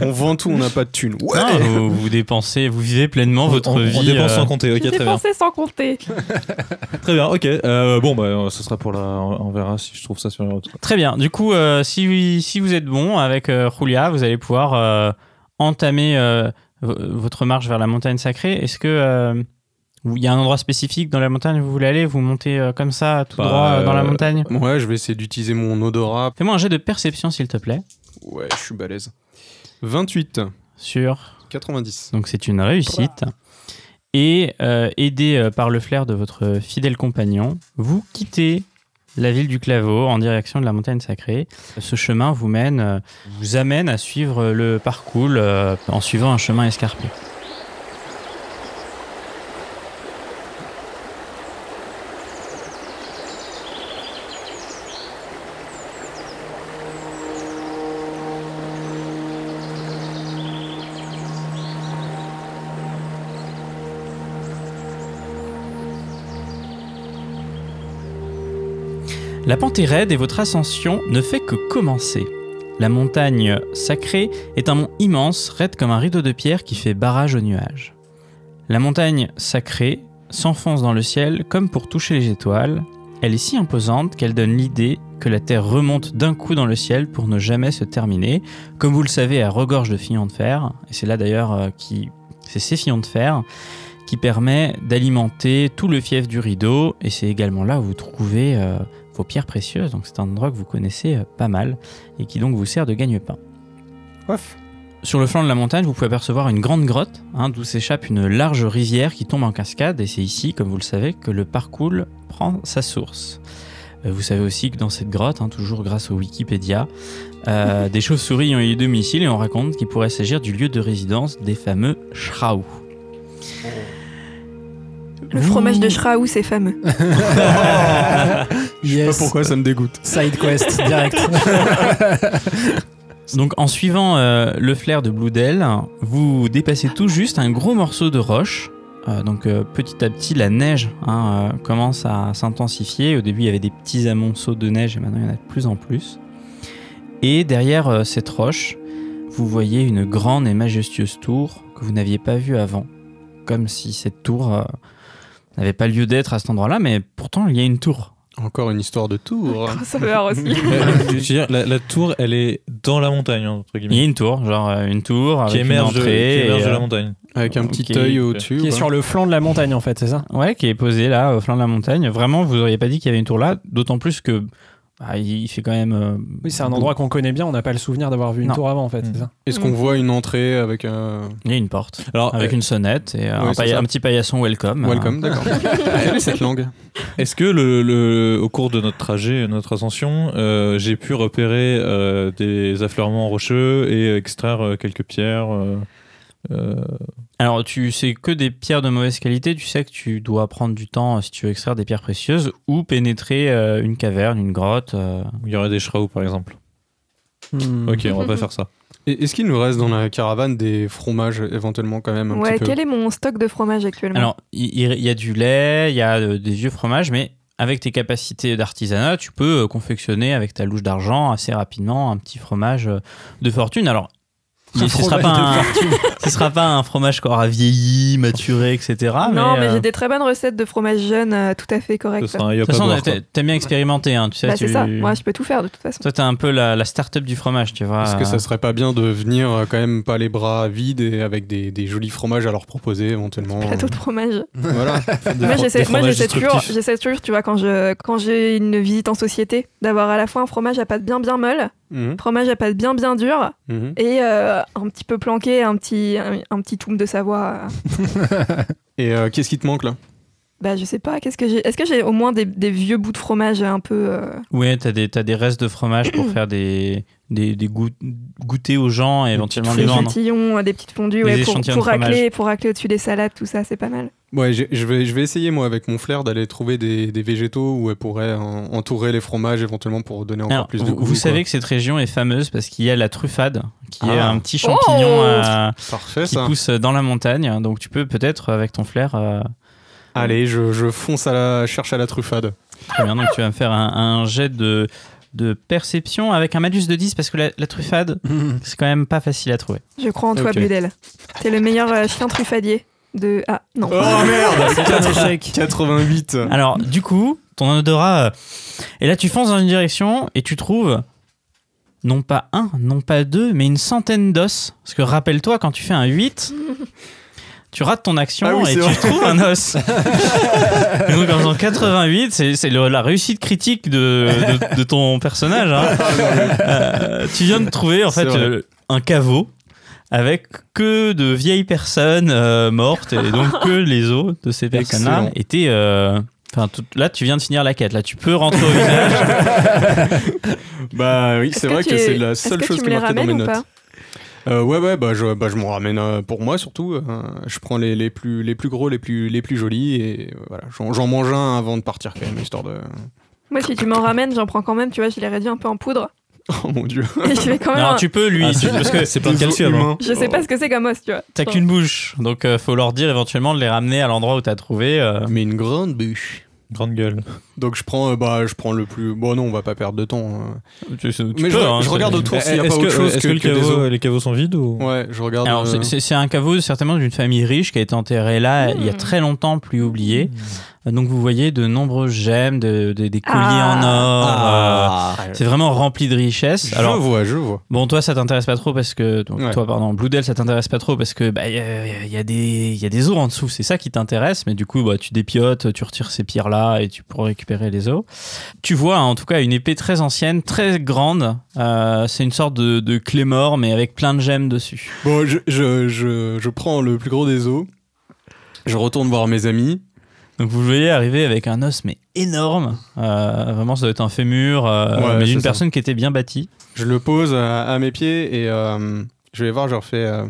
Speaker 2: On vend tout, on n'a pas de thunes. Ouais.
Speaker 5: Non, vous, vous dépensez, vous vivez pleinement votre
Speaker 4: on, on
Speaker 5: vie.
Speaker 4: dépense
Speaker 5: euh,
Speaker 4: sans compter, ok,
Speaker 3: J'ai
Speaker 4: très bien.
Speaker 3: dépensé sans compter.
Speaker 4: Très bien, ok. Euh, bon, bah, euh, ce sera pour la. On on verra si je trouve ça sur la route.
Speaker 5: Très bien. Du coup, euh, si, si vous êtes bon avec euh, Julia, vous allez pouvoir euh, entamer euh, v- votre marche vers la montagne sacrée. Est-ce que euh, vous- il y a un endroit spécifique dans la montagne où vous voulez aller Vous montez euh, comme ça, tout
Speaker 4: Bah,
Speaker 5: droit euh, dans la
Speaker 4: euh,
Speaker 5: montagne
Speaker 2: Ouais, je vais essayer d'utiliser mon odorat.
Speaker 5: Fais-moi un jet de perception, s'il te plaît.
Speaker 2: Ouais, je suis balèze. 28,
Speaker 5: Sur.
Speaker 2: 90.
Speaker 5: Donc, c'est une réussite. Et euh, aidé euh, par le flair de votre fidèle compagnon, vous quittez la ville du Claveau en direction de la montagne sacrée. Ce chemin vous mène, euh, vous amène à suivre euh, le parcours euh, en suivant un chemin escarpé. La pente est raide et votre ascension ne fait que commencer. La montagne sacrée est un mont immense, raide comme un rideau de pierre qui fait barrage aux nuages. La montagne sacrée s'enfonce dans le ciel comme pour toucher les étoiles. Elle est si imposante qu'elle donne l'idée que la Terre remonte d'un coup dans le ciel pour ne jamais se terminer. Comme vous le savez, elle regorge de fillons de fer, et c'est là d'ailleurs euh, qui c'est ces fillons de fer qui permet d'alimenter tout le fief du rideau, et c'est également là où vous trouvez euh, vos pierres précieuses, donc c'est un endroit que vous connaissez euh, pas mal et qui donc vous sert de gagne-pain. Sur le flanc de la montagne, vous pouvez apercevoir une grande grotte, hein, d'où s'échappe une large rivière qui tombe en cascade, et c'est ici, comme vous le savez, que le parcours prend sa source. Euh, Vous savez aussi que dans cette grotte, hein, toujours grâce au Wikipédia, euh, des chauves-souris y ont eu domicile et on raconte qu'il pourrait s'agir du lieu de résidence des fameux Shraou.
Speaker 3: Le fromage de Shraou, c'est fameux.
Speaker 2: Je sais
Speaker 6: Yes.
Speaker 2: pas pourquoi ça me dégoûte.
Speaker 6: Side quest *laughs* direct.
Speaker 5: Donc en suivant euh, le flair de Bloodel, vous dépassez tout juste un gros morceau de roche. Euh, donc euh, petit à petit, la neige hein, euh, commence à s'intensifier. Au début, il y avait des petits amonceaux de neige et maintenant, il y en a de plus en plus. Et derrière euh, cette roche, vous voyez une grande et majestueuse tour que vous n'aviez pas vue avant. Comme si cette tour euh, n'avait pas lieu d'être à cet endroit-là, mais pourtant, il y a une tour.
Speaker 2: Encore une histoire de
Speaker 3: *laughs*
Speaker 2: tour.
Speaker 3: Ça me heurte aussi.
Speaker 2: *laughs*
Speaker 4: Euh, je
Speaker 5: *laughs*
Speaker 4: veux dire, la, la tour, elle est dans la montagne, hein, entre
Speaker 5: Il y
Speaker 4: guillemets.
Speaker 5: a une tour, genre euh, une tour avec
Speaker 4: Qui émerge,
Speaker 5: une
Speaker 4: de, qui
Speaker 5: entrée.
Speaker 4: émerge
Speaker 5: et,
Speaker 4: de
Speaker 5: euh,
Speaker 4: la montagne.
Speaker 2: Avec un petit
Speaker 5: Ok.
Speaker 2: œil au-dessus.
Speaker 6: Qui est
Speaker 2: quoi.
Speaker 6: sur le flanc de la montagne en fait, c'est ça
Speaker 5: Ouais, qui est posé là au flanc de la montagne. Vraiment, vous auriez pas dit qu'il y avait une tour là, d'autant plus que bah, il fait quand même. euh,
Speaker 6: Oui, c'est un endroit qu'on connaît bien, on n'a pas le souvenir d'avoir vu une
Speaker 5: Non.
Speaker 6: tour avant en fait,
Speaker 4: Mm.
Speaker 6: c'est ça
Speaker 2: Est-ce qu'on voit une entrée avec euh, un.
Speaker 5: Il y a une porte
Speaker 4: Alors,
Speaker 5: avec
Speaker 4: euh,
Speaker 5: une sonnette et euh,
Speaker 2: Ah, oui,
Speaker 5: un,
Speaker 2: c'est
Speaker 5: pailla-
Speaker 2: ça.
Speaker 5: un petit paillasson welcome.
Speaker 2: Welcome,
Speaker 5: *laughs*
Speaker 2: d'accord. Elle est cette langue.
Speaker 4: est-ce que le, le- au cours de notre trajet, notre ascension, euh, j'ai pu repérer euh, des affleurements rocheux et extraire euh, quelques pierres euh, euh,
Speaker 5: Alors, tu sais que des pierres de mauvaise qualité, tu sais que tu dois prendre du temps euh, si tu veux extraire des pierres précieuses ou pénétrer euh, une caverne, une grotte. euh.
Speaker 4: où Il y aurait des shraous, par exemple.
Speaker 6: Hmm.
Speaker 4: Ok, on va pas faire ça.
Speaker 2: Et Est-ce qu'il nous reste dans la caravane des fromages éventuellement quand même un
Speaker 3: Ouais,
Speaker 2: petit peu
Speaker 3: quel est mon stock de fromage actuellement
Speaker 5: Alors, il il- il y a du lait, il y a euh, des vieux fromages, mais avec tes capacités d'artisanat, tu peux euh, confectionner avec ta louche d'argent assez rapidement un petit fromage euh, de fortune. Alors, il- ce sera pas un, *laughs* ce sera pas un fromage qui aura vieilli, maturé, etc.
Speaker 3: non, mais
Speaker 5: euh,
Speaker 3: j'ai des très bonnes recettes de fromage jeune euh, tout à fait
Speaker 4: Ce
Speaker 3: correctes.
Speaker 4: sera un
Speaker 5: de
Speaker 4: yop
Speaker 5: toute
Speaker 4: à
Speaker 5: façon,
Speaker 4: boire, quoi.
Speaker 5: t'a- t'aimes bien expérimenter, hein, tu sais.
Speaker 3: Bah, c'est
Speaker 5: tu-
Speaker 3: ça, moi je peux tout faire de toute façon.
Speaker 5: Toi, t'es un peu la, la start-up du fromage, tu vois.
Speaker 2: Est-ce que ça serait pas bien de venir euh, quand même pas les bras vides et avec des, des jolis fromages à leur proposer éventuellement
Speaker 3: Plateau de fromage. *laughs*
Speaker 2: Voilà.
Speaker 3: Moi, j'essaie,
Speaker 4: des
Speaker 3: moi,
Speaker 4: fromages
Speaker 3: j'essaie toujours,
Speaker 4: destructifs.
Speaker 3: j'essaie toujours, tu vois, quand je, quand j'ai une visite en société, d'avoir à la fois un fromage à pâte bien bien molle,
Speaker 2: Mhm,
Speaker 3: fromage à pâte bien bien dur,
Speaker 2: mhm.
Speaker 3: et euh, un petit peu planqué, un petit, un, un petit toum de Savoie.
Speaker 2: Et euh, qu'est-ce qui te manque là
Speaker 3: Bah, je sais pas, qu'est-ce que j'ai, est-ce que j'ai au moins des, des vieux bouts de fromage un peu. euh,
Speaker 5: Ouais, t'as des, t'as des restes de fromage pour faire des, des, des goût- goûter aux gens et éventuellement les
Speaker 3: des
Speaker 5: vendre.
Speaker 3: châtillons, des petites fondues,
Speaker 5: Des
Speaker 3: ouais, pour,
Speaker 5: échantillons
Speaker 3: pour
Speaker 5: de fromage.
Speaker 3: racler, pour racler au-dessus des salades, tout ça, c'est pas mal.
Speaker 2: Ouais, j'ai- je vais, je vais essayer moi avec mon flair d'aller trouver des, des végétaux où elle pourrait euh, entourer les fromages éventuellement pour donner encore
Speaker 5: Alors,
Speaker 2: plus de
Speaker 5: vous,
Speaker 2: goût.
Speaker 5: vous
Speaker 2: quoi.
Speaker 5: savez que cette région est fameuse parce qu'il y a la truffade, qui est
Speaker 2: Ah.
Speaker 5: un petit champignon
Speaker 3: Oh
Speaker 5: euh,
Speaker 2: Parfait
Speaker 5: qui
Speaker 2: ça.
Speaker 5: pousse dans la montagne. Donc tu peux peut-être avec ton flair. euh,
Speaker 2: Allez, je, je fonce à la cherche à la truffade.
Speaker 5: très bien. Donc tu vas me faire un, un jet de, de perception avec un malus de 10 parce que la,
Speaker 2: *laughs*
Speaker 5: la truffade, c'est quand même pas facile à trouver.
Speaker 3: Je crois en toi,
Speaker 2: Ok.
Speaker 3: Budel. T'es le meilleur euh, chien truffadier de. Ah non.
Speaker 2: Oh, merde, c'est un échec. 88.
Speaker 5: Alors du coup, ton odorat. euh, et là tu fonces dans une direction et tu trouves. Non pas un, non pas deux, mais une centaine d'os. Parce que rappelle-toi, quand tu fais un 8, tu rates ton action
Speaker 2: Ah oui,
Speaker 5: et
Speaker 2: c'est
Speaker 5: tu
Speaker 2: vrai.
Speaker 5: trouves un
Speaker 2: *laughs*
Speaker 5: os. Et donc en 88, c'est c'est le- la réussite critique de, de- de ton personnage. hein. Euh, tu viens de trouver en
Speaker 2: Ah C'est
Speaker 5: fait
Speaker 2: vrai.
Speaker 5: euh, un caveau avec que de vieilles personnes euh, mortes et donc
Speaker 2: *laughs*
Speaker 5: que les os de ces personnes-là
Speaker 2: Excellent.
Speaker 5: étaient. euh, Enfin, tout- là, tu viens de finir la quête. Là, tu peux rentrer au
Speaker 3: *laughs*
Speaker 5: village.
Speaker 2: Bah oui,
Speaker 3: Est-ce
Speaker 2: c'est vrai
Speaker 3: tu
Speaker 2: que
Speaker 3: es-
Speaker 2: c'est la
Speaker 3: est-ce
Speaker 2: seule
Speaker 3: que
Speaker 2: chose
Speaker 3: tu
Speaker 2: qui
Speaker 3: me
Speaker 2: est
Speaker 3: les
Speaker 2: marquée dans mes
Speaker 3: ramènes ou
Speaker 2: notes.
Speaker 3: pas
Speaker 2: Euh, ouais, ouais, bah je, bah, je m'en ramène euh, pour moi surtout. euh, je prends les, les, plus, les plus gros, les plus, les plus jolis et euh, voilà, j'en j'en mange un avant de partir quand même, histoire
Speaker 3: *laughs*
Speaker 2: de.
Speaker 3: Moi, si tu m'en ramènes, j'en prends quand même, tu vois, je les réduis un peu
Speaker 2: *laughs*
Speaker 3: en poudre.
Speaker 2: Oh mon dieu.
Speaker 3: Et je vais quand même.
Speaker 5: Non,
Speaker 3: un-
Speaker 5: tu peux lui,
Speaker 4: Ah,
Speaker 5: tu-
Speaker 2: *laughs*
Speaker 5: parce que
Speaker 4: c'est plein de
Speaker 2: Des os
Speaker 4: calcium. hein.
Speaker 2: humains.
Speaker 3: Je sais pas ce que c'est comme os, tu vois.
Speaker 5: t'as qu'une bouche, donc euh, faut leur dire éventuellement de les ramener à l'endroit où t'as trouvé. euh,
Speaker 2: Mais une grande bûche.
Speaker 4: Grande gueule.
Speaker 2: Donc je prends, euh, bah, je prends le plus. Bon, non, on va pas perdre de temps. euh.
Speaker 5: tu- tu
Speaker 2: Mais je,
Speaker 5: peux, hein,
Speaker 2: je
Speaker 5: c'est-
Speaker 2: regarde autour s'il n'y a
Speaker 4: Est-ce
Speaker 2: pas
Speaker 4: que-
Speaker 2: autre chose
Speaker 4: est-ce
Speaker 2: que,
Speaker 4: que, le
Speaker 2: que des
Speaker 4: caveau-
Speaker 2: os.
Speaker 4: les caveaux sont vides ou
Speaker 2: Ouais, je regarde.
Speaker 5: Alors,
Speaker 2: euh,
Speaker 5: c'est- c'est c'est un caveau certainement d'une famille riche qui a été enterrée là il y a
Speaker 3: Hmm.
Speaker 5: très longtemps, plus oublié. Donc vous voyez de nombreuses gemmes, de, de- des colliers
Speaker 3: Ah.
Speaker 5: en or.
Speaker 2: Ah.
Speaker 5: euh, c'est vraiment rempli de richesses.
Speaker 2: Je
Speaker 5: Alors
Speaker 2: vois, je vois.
Speaker 5: bon, toi ça t'intéresse pas trop parce que donc,
Speaker 2: Ouais.
Speaker 5: toi pardon, Bloodel ça t'intéresse pas trop parce que bah il y, a- y a des il y a des os en dessous, c'est ça qui t'intéresse. Mais du coup bah, tu dépiotes, tu retires ces pierres là et tu pourras récupérer les os. Tu vois hein, en tout cas une épée très ancienne, très grande. Euh, c'est une sorte de, de clé mort mais avec plein de gemmes dessus.
Speaker 2: Bon, je, je, je, je prends le plus gros des os. Je retourne voir mes amis.
Speaker 5: Donc vous voyez arriver avec un os mais énorme, Euh, vraiment ça doit être un fémur, euh,
Speaker 2: Ouais,
Speaker 5: mais
Speaker 2: c'est
Speaker 5: d'une
Speaker 2: ça.
Speaker 5: personne qui était bien bâtie.
Speaker 2: Je le pose à, à mes pieds et euh, je vais voir, je leur fais. euh,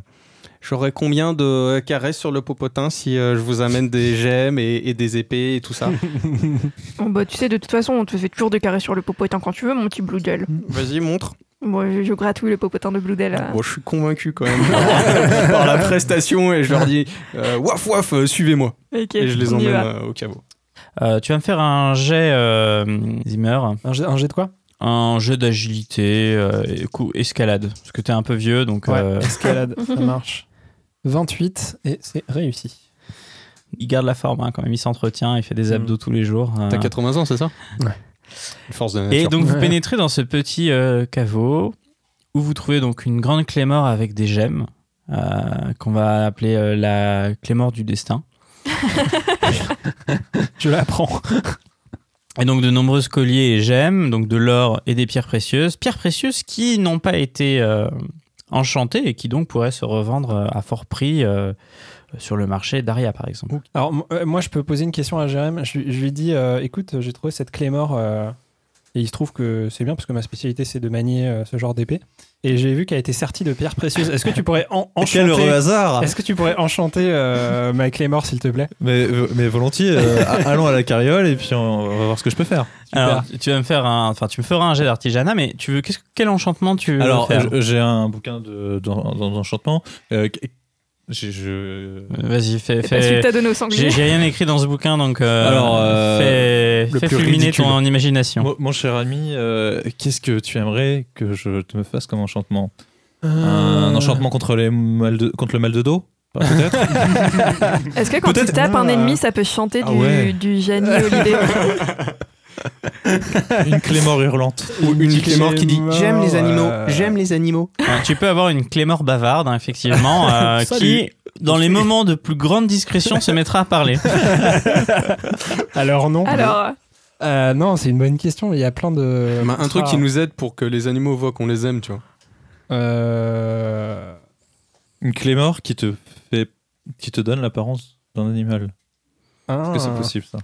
Speaker 2: J'aurais combien de carrés sur le popotin si euh, je vous amène des gemmes et, et des épées et tout ça
Speaker 3: Bon, bah, tu sais, de toute façon, on te fait toujours des carrés sur le popotin quand tu veux, mon petit Bloodel.
Speaker 2: Vas-y, montre.
Speaker 3: Moi, je, je gratouille le popotin de Bloodel. euh.
Speaker 2: Bon, je suis convaincu quand même par, par la prestation et je leur dis euh, Waf waf, euh, suivez-moi.
Speaker 3: Ok,
Speaker 2: Et je les
Speaker 3: on y
Speaker 2: emmène
Speaker 3: va.
Speaker 2: euh, au caveau.
Speaker 5: Euh, tu vas me faire un jet euh, Zimmer,
Speaker 6: Un jet, *laughs* un jet
Speaker 5: *laughs*
Speaker 6: de quoi
Speaker 5: un jet d'agilité, euh, et coup escalade, parce que t'es un peu vieux donc euh,
Speaker 6: Escalade, *laughs* ça marche. 28 et c'est réussi.
Speaker 5: il garde la forme hein, quand même, il s'entretient, il fait des abdos tous les jours. euh.
Speaker 2: T'as 80 ans, c'est ça
Speaker 6: Ouais.
Speaker 2: Une Force de la nature.
Speaker 5: Et donc vous
Speaker 6: Ouais.
Speaker 5: pénétrez dans ce petit euh, caveau où vous trouvez donc une grande clé mort avec des gemmes euh, qu'on va appeler euh, la clé mort du destin.
Speaker 6: Je l'apprends.
Speaker 5: Et donc de nombreuses colliers et gemmes, donc de l'or et des pierres précieuses. Pierres précieuses qui n'ont pas été euh, enchantées et qui donc pourraient se revendre euh, à fort prix euh, sur le marché d'Aria par exemple.
Speaker 6: Alors, m- euh, moi, je peux poser une question à Jérém. Je, lui- je lui dis euh, écoute, j'ai trouvé cette clé mort euh, Et il se trouve que c'est bien parce que ma spécialité c'est de manier euh, ce genre d'épée. Et j'ai vu qu'elle a été sertie de pierres précieuses. Est-ce que tu pourrais *laughs* en
Speaker 4: Quel heureux
Speaker 6: enchanter
Speaker 4: hasard
Speaker 6: Est-ce que tu pourrais enchanter euh, ma Claymore s'il te plaît
Speaker 4: mais, mais volontiers, euh, a- allons à la carriole et puis on va voir ce que je peux faire.
Speaker 5: Alors, tu vas me faire un, enfin, tu me feras un jet d'artisanat, mais tu veux qu'est-ce- quel enchantement tu veux
Speaker 4: Alors,
Speaker 5: faire
Speaker 4: je- j'ai un bouquin de- d'en- d'en- d'enchantement. euh, qui- j'ai- je...
Speaker 5: Euh, Vas-y, fais.
Speaker 3: C'est pas celui
Speaker 5: fais...
Speaker 3: que t'as donné au
Speaker 5: J'ai
Speaker 3: sanglier.
Speaker 5: j'ai rien écrit dans ce bouquin, donc euh,
Speaker 4: Alors, euh,
Speaker 5: fais,
Speaker 4: le
Speaker 5: fais
Speaker 4: plus
Speaker 5: fulminer
Speaker 4: ridicule.
Speaker 5: ton imagination.
Speaker 4: Mon, mon cher ami, euh, qu'est-ce que tu aimerais que je te me fasse comme enchantement Un enchantement contre, les mal de- contre le mal de dos Peut-être
Speaker 3: Est-ce que quand tu
Speaker 4: Peut-être-
Speaker 3: tapes un
Speaker 6: Ah.
Speaker 3: ennemi, ça peut chanter
Speaker 4: Ah
Speaker 3: du,
Speaker 4: ouais.
Speaker 3: du Gianni Hallyday
Speaker 4: Une clé mort hurlante.
Speaker 2: Ou une Clémore qui dit
Speaker 6: Clémore,
Speaker 2: J'aime les animaux,
Speaker 6: euh,
Speaker 2: j'aime les animaux.
Speaker 5: Alors, tu peux avoir une clémore bavarde, hein, effectivement,
Speaker 4: *laughs*
Speaker 5: euh, qui, dans les moments de plus grande discrétion, se mettra à parler.
Speaker 6: Alors non.
Speaker 3: Alors,
Speaker 6: Euh, non, c'est une bonne question. mais Il y a plein de.
Speaker 2: Bah, un truc
Speaker 6: Ah.
Speaker 2: qui nous aide pour que les animaux voient qu'on les aime, tu vois.
Speaker 6: Euh,
Speaker 4: Une clé mort qui te, fait, qui te donne l'apparence d'un animal.
Speaker 6: ah.
Speaker 4: Est-ce que c'est possible ça